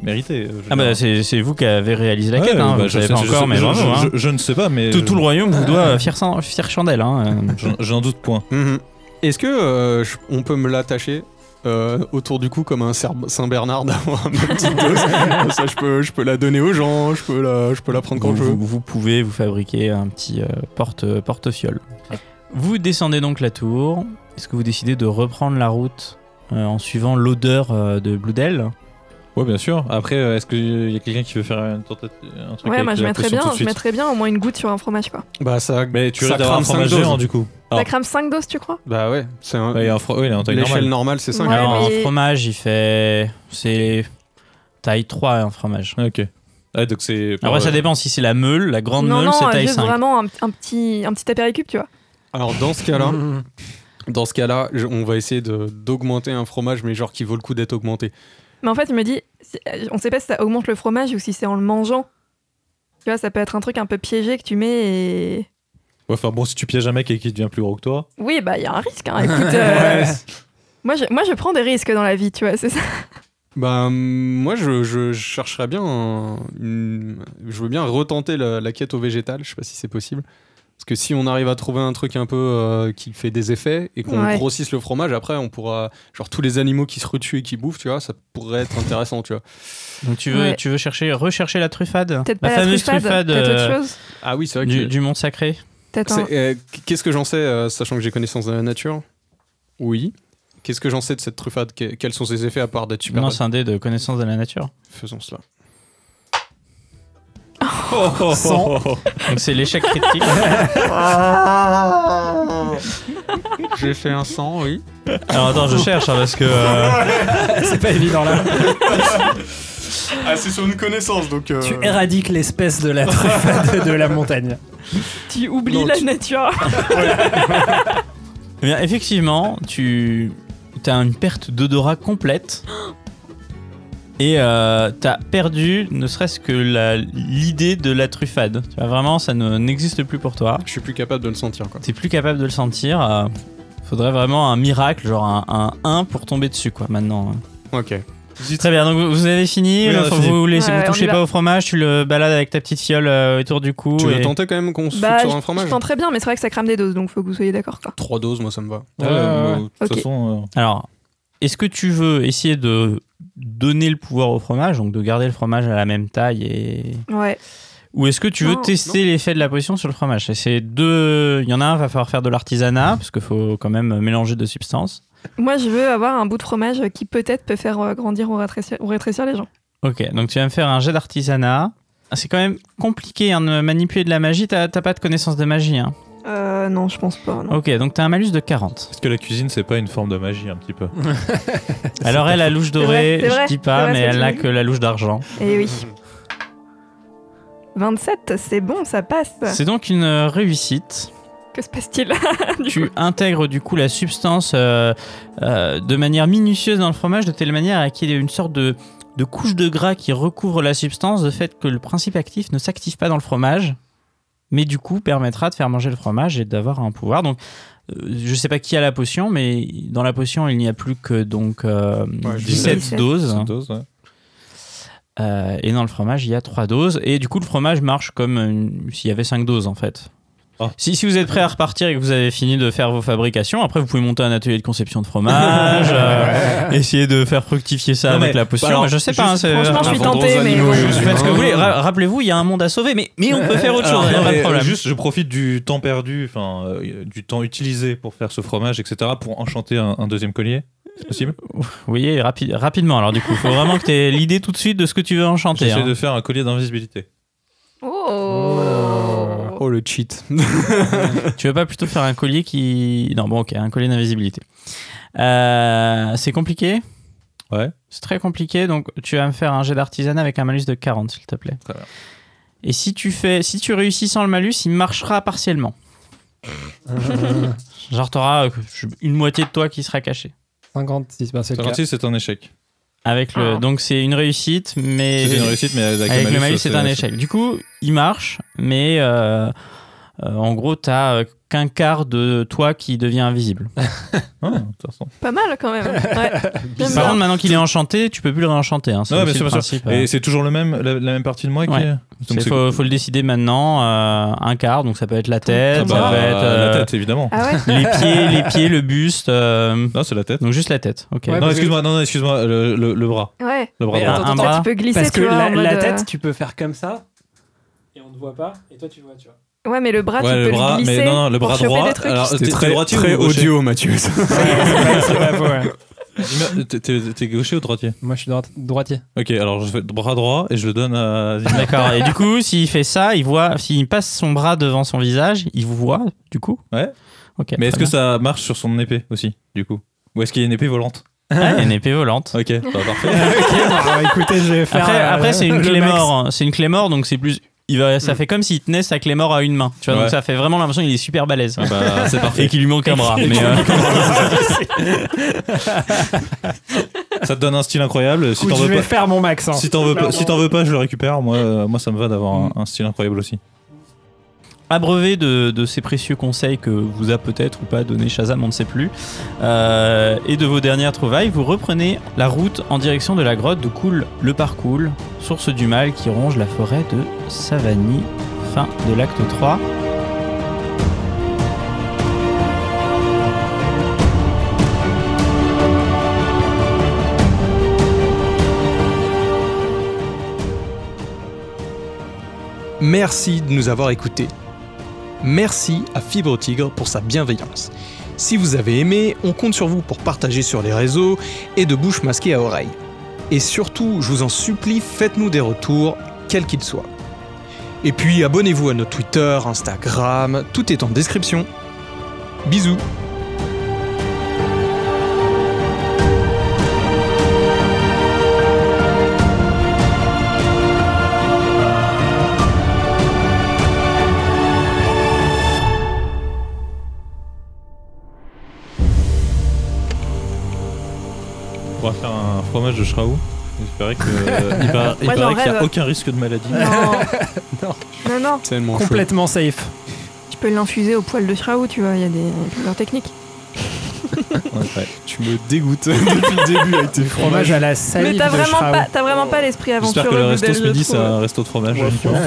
Speaker 4: méritée. je veux
Speaker 5: ah, bah,
Speaker 4: dire.
Speaker 5: c'est c'est vous qui avez réalisé la
Speaker 4: Ouais,
Speaker 5: quête, hein.
Speaker 4: bah,
Speaker 5: vous
Speaker 4: je
Speaker 5: savez
Speaker 4: sais-
Speaker 5: pas
Speaker 4: je
Speaker 5: encore,
Speaker 4: sais-
Speaker 5: mais
Speaker 4: je-
Speaker 5: bravo.
Speaker 4: je-
Speaker 5: hein.
Speaker 4: je- Je ne sais pas, mais.
Speaker 5: Tout, tout le royaume vous doit euh, fière, san- fière chandelle. hein. Euh,
Speaker 4: J'en- J'en doute point.
Speaker 2: Mhm. Est-ce que euh, je- on peut me l'attacher euh, autour du cou comme un Serbe- Saint Bernard d'avoir ma petite dose *laughs* Comme Ça, je peux, je peux la donner aux gens, je peux la, je peux la prendre quand
Speaker 5: vous,
Speaker 2: je veux.
Speaker 5: vous- vous pouvez vous fabriquer un petit euh, porte, porte-fiole. Vous descendez donc la tour. Est-ce que vous décidez de reprendre la route euh, en suivant l'odeur euh, de Bloodel
Speaker 4: Ouais, bien sûr. Après, euh, est-ce qu'il y a quelqu'un qui veut faire une tentative, un truc
Speaker 3: Ouais,
Speaker 4: avec
Speaker 3: moi je
Speaker 4: la
Speaker 3: mettrais
Speaker 4: potion tout
Speaker 3: bien,
Speaker 4: de
Speaker 3: je
Speaker 4: suite
Speaker 3: mettrais bien au moins une goutte sur un fromage quoi.
Speaker 2: Bah ça,
Speaker 4: Mais tu
Speaker 2: ça
Speaker 4: risques d'avoir un
Speaker 2: crame cinq
Speaker 4: fromage
Speaker 2: doses.
Speaker 4: géant, du coup.
Speaker 3: Ça
Speaker 4: Alors.
Speaker 3: crame 5 doses, tu crois
Speaker 2: Bah ouais, c'est un.
Speaker 4: Ouais, il est en fro- ouais, il est en taille
Speaker 2: L'échelle
Speaker 4: normale.
Speaker 2: normale, c'est 5.
Speaker 3: Ouais,
Speaker 5: Alors,
Speaker 3: mais-
Speaker 5: un fromage, il fait. C'est taille 3, un fromage.
Speaker 4: Ok. Ah, donc c'est.
Speaker 5: Après, ça dépend si c'est la meule, la grande
Speaker 3: Non
Speaker 5: meule,
Speaker 3: non,
Speaker 5: c'est
Speaker 3: euh,
Speaker 5: taille
Speaker 3: juste
Speaker 5: 5.
Speaker 3: vraiment un, un petit un petit apéricup, tu vois.
Speaker 2: Alors dans ce cas-là,
Speaker 5: *laughs*
Speaker 2: dans ce cas-là, je- on va essayer de- d'augmenter un fromage, mais genre qui vaut le coup d'être augmenté.
Speaker 3: Mais en fait, il me dit si- euh, on sait pas si ça augmente le fromage ou si c'est en le mangeant Tu vois, ça peut être un truc un peu piégé que tu mets et.
Speaker 4: Ouais, enfin bon, si tu pièges un mec et qu'il devient plus gros que toi.
Speaker 3: Oui, bah, il y a un risque. hein.
Speaker 2: *laughs*
Speaker 3: Écoute, euh, moi, je, moi, je prends des risques dans la vie, tu vois, c'est ça.
Speaker 2: Bah, moi, je, je chercherais bien. un- une- Je veux bien retenter la, la quête au végétal. Je sais pas si c'est possible. Parce que si on arrive à trouver un truc un peu euh, qui fait des effets et qu'on
Speaker 3: Ouais.
Speaker 2: grossisse le fromage, après, on pourra. Genre, tous les animaux qui se retuent et qui bouffent, tu vois, ça pourrait être intéressant, tu vois.
Speaker 5: Donc tu veux,
Speaker 3: Ouais.
Speaker 5: tu veux chercher, rechercher la truffade
Speaker 3: Peut-être pas la,
Speaker 5: fameuse
Speaker 3: truffade.
Speaker 5: truffade,
Speaker 3: Peut-être autre
Speaker 5: euh,
Speaker 3: chose.
Speaker 2: Ah oui, c'est vrai
Speaker 5: du,
Speaker 2: que.
Speaker 5: du Mont Sacré.
Speaker 3: Peut-être un-
Speaker 2: C'est- euh, Qu'est-ce que j'en sais, euh, sachant que j'ai connaissance de la nature Oui. Qu'est-ce que j'en sais de cette truffade Que- Quels sont ses effets à part d'être super
Speaker 5: non,
Speaker 2: bonne
Speaker 5: c'est un dé de connaissance de la nature.
Speaker 2: Faisons cela.
Speaker 5: Donc c'est l'échec critique.
Speaker 2: J'ai fait un sang, oui.
Speaker 5: Alors attends, je cherche hein, parce que euh,
Speaker 6: C'est pas évident là.
Speaker 2: *laughs* Ah, c'est sur une connaissance, donc. euh,
Speaker 6: Tu éradiques l'espèce de
Speaker 2: *laughs*
Speaker 6: la truffade de la montagne.
Speaker 3: Tu oublies
Speaker 2: Non,
Speaker 3: la
Speaker 2: tu-
Speaker 3: nature.
Speaker 5: eh bien, effectivement, tu as une perte d'odorat complète et euh, t'as perdu ne serait-ce que la- l'idée de la truffade. Tu vois, vraiment, ça ne- n'existe plus pour toi.
Speaker 2: Je suis plus capable de le sentir, quoi.
Speaker 5: T'es plus capable de le sentir. euh, faudrait vraiment un miracle, genre un, un 1 pour tomber dessus quoi. Maintenant.
Speaker 2: Ok.
Speaker 5: Très bien, donc vous- vous avez fini,
Speaker 4: Oui, on a
Speaker 5: enfin,
Speaker 4: fini.
Speaker 5: vous laissez
Speaker 3: Ouais,
Speaker 5: vous
Speaker 3: on
Speaker 5: touchez
Speaker 3: y va.
Speaker 5: pas au fromage, tu le balades avec ta petite fiole euh, autour du cou.
Speaker 2: Tu
Speaker 5: et-
Speaker 2: veux tenter quand même qu'on se foute
Speaker 3: Bah, je,
Speaker 2: sur un
Speaker 3: je
Speaker 2: fromage
Speaker 3: sens très bien, mais c'est vrai que ça crame des doses, donc faut que vous soyez d'accord. Quoi.
Speaker 2: Trois doses, moi ça me va. Euh,
Speaker 4: Ouais,
Speaker 6: Ouais,
Speaker 4: bah,
Speaker 6: ouais.
Speaker 4: de toute
Speaker 3: Ok.
Speaker 4: façon,
Speaker 5: Alors, est-ce que tu veux essayer de donner le pouvoir au fromage, donc de garder le fromage à la même taille et...
Speaker 3: Ouais.
Speaker 5: Ou est-ce que tu veux
Speaker 3: Non,
Speaker 5: tester l'effet de la potion sur le fromage C'est- C'est deux... Il y en a un, va falloir faire de l'artisanat, parce qu'il faut quand même mélanger deux substances.
Speaker 3: Moi, je veux avoir un bout de fromage qui peut-être peut faire euh, grandir ou rétrécir, ou rétrécir les gens.
Speaker 5: Ok, donc tu vas me faire un jet d'artisanat. Ah, C'est quand même compliqué hein, de manipuler de la magie, t'as t'as pas de connaissance de magie. Hein.
Speaker 3: Euh, non, je pense pas. Non.
Speaker 5: Ok, donc t'as un malus de 40.
Speaker 4: est-ce que la cuisine, c'est pas une forme de magie un petit peu
Speaker 5: Alors elle a la louche dorée,
Speaker 3: vrai, c'est vrai,
Speaker 5: je dis pas,
Speaker 3: c'est vrai,
Speaker 5: mais
Speaker 3: c'est
Speaker 5: elle
Speaker 3: vrai.
Speaker 5: a que la louche d'argent.
Speaker 3: Et Eh oui. 27, c'est bon, ça passe.
Speaker 5: C'est donc une euh, réussite.
Speaker 3: Que se passe-t-il Du
Speaker 5: tu intègres du coup la substance euh, euh, de manière minutieuse dans le fromage de telle manière à qu'il y ait une sorte de, de couche de gras qui recouvre la substance, de fait que le principe actif ne s'active pas dans le fromage, mais du coup permettra de faire manger le fromage et d'avoir un pouvoir. Donc euh, je sais pas qui a la potion, mais dans la potion il n'y a plus que donc euh,
Speaker 2: Ouais, je-
Speaker 5: 17
Speaker 3: 17.
Speaker 5: doses.
Speaker 4: Cette dose, ouais.
Speaker 5: Euh, et dans le fromage, il y a trois doses. Et du coup, le fromage marche comme une- s'il y avait cinq doses, en fait.
Speaker 4: Ah.
Speaker 5: Si, si vous êtes prêt à repartir et que vous avez fini de faire vos fabrications, après vous pouvez monter un atelier de conception de
Speaker 4: *laughs*
Speaker 5: fromage, euh, essayer de faire fructifier ça
Speaker 4: Non,
Speaker 5: avec
Speaker 4: mais,
Speaker 5: la potion.
Speaker 4: bah alors,
Speaker 5: je sais
Speaker 4: juste-
Speaker 5: pas. hein, c'est-
Speaker 3: Franchement, je suis
Speaker 2: Avant de
Speaker 3: tentée,
Speaker 2: aux
Speaker 3: mais
Speaker 2: animaux
Speaker 3: bon.
Speaker 2: et aux
Speaker 5: Vous faites ce que vous voulez.
Speaker 2: humains.
Speaker 5: Ra- Rappelez-vous, il y a un monde à sauver, mais, mais on peut faire autre chose.
Speaker 4: Alors,
Speaker 5: il y a
Speaker 4: non,
Speaker 5: pas de
Speaker 4: mais euh,
Speaker 5: problème.
Speaker 4: Juste, je profite du temps perdu, enfin, euh, du temps utilisé pour faire ce fromage, etc., pour enchanter un, un deuxième collier. C'est possible
Speaker 5: Euh, Vous voyez, rapi- rapidement. Alors, du coup, faut vraiment que tu aies l'idée tout de suite de ce que tu veux enchanter.
Speaker 4: J'essaie
Speaker 5: hein.
Speaker 4: de faire un collier d'invisibilité.
Speaker 3: *laughs* Oh.
Speaker 2: Oh le cheat.
Speaker 5: *laughs* Tu veux pas plutôt faire un collier qui. Non, bon, ok, un collier d'invisibilité. Euh, c'est compliqué
Speaker 4: Ouais.
Speaker 5: C'est très compliqué, donc tu vas me faire un jet d'artisanat avec un malus de 40, s'il te plaît.
Speaker 4: Très bien.
Speaker 5: Et si tu, fais, si tu réussis sans le malus, il marchera partiellement. Genre, t'auras euh, une moitié de toi qui sera cachée.
Speaker 6: 56, ben c'est le cas.
Speaker 4: 56, c'est un échec.
Speaker 5: Avec le,
Speaker 3: Ah.
Speaker 5: Donc, c'est une réussite, mais.
Speaker 4: C'est une réussite, mais avec, euh,
Speaker 5: Avec le malus,
Speaker 4: ça,
Speaker 5: c'est un échec. Du coup, il marche, mais euh, euh, en gros, t'as euh, qu'un quart de toi qui devient invisible.
Speaker 4: Ah, intéressant.
Speaker 3: Pas mal quand même.
Speaker 2: *laughs*
Speaker 3: Ouais.
Speaker 5: Par
Speaker 3: J'aime bien.
Speaker 5: contre, maintenant qu'il est enchanté, tu peux plus le réenchanter. Hein. C'est
Speaker 4: Ouais,
Speaker 5: aussi
Speaker 4: bien sûr,
Speaker 5: le
Speaker 4: bien sûr.
Speaker 5: principe. euh.
Speaker 4: Et c'est toujours le même, la, la même partie de moi qui
Speaker 5: Ouais.
Speaker 4: est-
Speaker 5: C'est-
Speaker 4: Donc c'est-
Speaker 5: faut, faut le décider maintenant. euh, un quart, donc ça peut être la tête,
Speaker 4: Bah,
Speaker 5: ça peut être euh,
Speaker 4: La tête, évidemment.
Speaker 3: Ah ouais
Speaker 5: les pieds, les pieds, le buste. euh,
Speaker 4: Non, c'est la tête.
Speaker 5: donc juste la tête. Ok.
Speaker 6: Ouais,
Speaker 4: non,
Speaker 6: parce que-
Speaker 4: excuse-moi, non, non, excuse-moi, le, le- le bras.
Speaker 3: Ouais.
Speaker 4: Le bras
Speaker 5: Mais
Speaker 4: droit.
Speaker 5: attends,
Speaker 3: Toi,
Speaker 5: bras.
Speaker 3: tu peux glisser,
Speaker 6: Ah, Parce que
Speaker 3: tu vois,
Speaker 6: la,
Speaker 3: en mode,
Speaker 6: la
Speaker 3: euh,
Speaker 6: tête, tu peux faire comme ça et on te voit pas et toi tu vois, tu vois.
Speaker 3: Ouais, mais le bras,
Speaker 4: Ouais,
Speaker 3: Ah, tu
Speaker 4: le
Speaker 3: peux
Speaker 4: bras,
Speaker 3: le
Speaker 4: mais
Speaker 3: glisser
Speaker 4: non, non, le
Speaker 3: pour
Speaker 4: bras
Speaker 3: choper
Speaker 4: droit,
Speaker 3: des trucs.
Speaker 4: alors-
Speaker 2: C'était
Speaker 4: T'es
Speaker 2: très,
Speaker 4: très droitier
Speaker 2: très
Speaker 4: ou gaucher
Speaker 2: audio, *laughs* Mathieu. ça.
Speaker 4: Dis-moi, t'es- T'es t'es gaucher ou droitier
Speaker 6: *laughs* Moi je suis droit- droitier.
Speaker 4: Ok, alors je fais bras droit et je le donne à.
Speaker 6: *laughs*
Speaker 4: Zima.
Speaker 5: D'accord. Et du coup, s'il fait ça, il voit, s'il passe son bras devant son visage, il vous voit. Du coup.
Speaker 4: Ouais.
Speaker 5: Ok.
Speaker 4: Mais est-ce que
Speaker 5: très
Speaker 4: ça marche sur son épée aussi, du coup Ou est-ce qu'il y a une épée volante
Speaker 5: bien. Ah, il y a une épée
Speaker 4: *laughs*
Speaker 5: volante.
Speaker 6: *laughs*
Speaker 4: Ok, bah, parfait. bah,
Speaker 6: écoutez, je vais
Speaker 5: Après,
Speaker 4: euh,
Speaker 5: après, c'est une
Speaker 6: euh, le
Speaker 5: clé
Speaker 6: max.
Speaker 5: mort. hein. C'est une clé mort, donc c'est plus. Il va, ça fait comme s'il tenait sa clé mort à une main. Tu vois,
Speaker 4: Ouais.
Speaker 5: donc ça fait vraiment l'impression qu'il est super balèze. *laughs*
Speaker 4: Ah bah,
Speaker 6: *laughs*
Speaker 4: c'est
Speaker 5: Et
Speaker 4: parfait.
Speaker 5: qu'il lui manque un bras. mais, euh,
Speaker 4: Ça te donne un style incroyable. Si
Speaker 6: Écoute,
Speaker 4: t'en
Speaker 6: je
Speaker 4: veux
Speaker 6: vais
Speaker 4: pas,
Speaker 6: faire mon max. hein.
Speaker 4: si t'en veux pas,
Speaker 6: Clairement.
Speaker 4: si t'en veux pas, je le récupère. Moi, euh, moi, ça me va d'avoir un, un style incroyable aussi.
Speaker 5: Abreuvé de, de ces précieux conseils que vous a peut-être ou pas donné Shazam, on ne sait plus, euh, et de vos dernières trouvailles, vous reprenez la route en direction de la grotte d'où coule le parcours, source du mal qui ronge la forêt de Savani. Fin de l'acte 3.
Speaker 8: Merci de nous avoir écoutés. Merci à Fibre Tigre pour sa bienveillance. Si vous avez aimé, on compte sur vous pour partager sur les réseaux et de bouche masquée à oreille. Et surtout, je vous en supplie, faites-nous des retours, quels qu'ils soient. Et puis abonnez-vous à notre Twitter, Instagram, tout est en description. Bisous
Speaker 4: On pourra faire un fromage de Shraou. Il paraît que- euh, il
Speaker 6: *laughs*
Speaker 4: paraît- il
Speaker 3: Moi, j'en
Speaker 4: paraît qu'il n'y a
Speaker 3: rêve.
Speaker 4: aucun risque de maladie.
Speaker 3: Non. non, non,
Speaker 8: Tellement
Speaker 6: Complètement safe.
Speaker 3: tu peux l'infuser au poil de Shraou, tu vois, il y a des plusieurs techniques.
Speaker 4: Ouais, ouais.
Speaker 8: Tu me
Speaker 2: *laughs*
Speaker 8: dégoûtes depuis le début avec tes
Speaker 6: Fromage à la salive
Speaker 3: Mais t'as
Speaker 6: de
Speaker 3: vraiment
Speaker 6: Shraou. Oh.
Speaker 3: pas, t'as vraiment pas l'esprit
Speaker 4: J'espère
Speaker 3: aventureux.
Speaker 4: que le resto
Speaker 3: d'Odell,
Speaker 4: ce
Speaker 3: je
Speaker 4: midi, c'est
Speaker 3: trouve.
Speaker 4: un resto de fromage.
Speaker 6: Ouais,
Speaker 4: uniquement.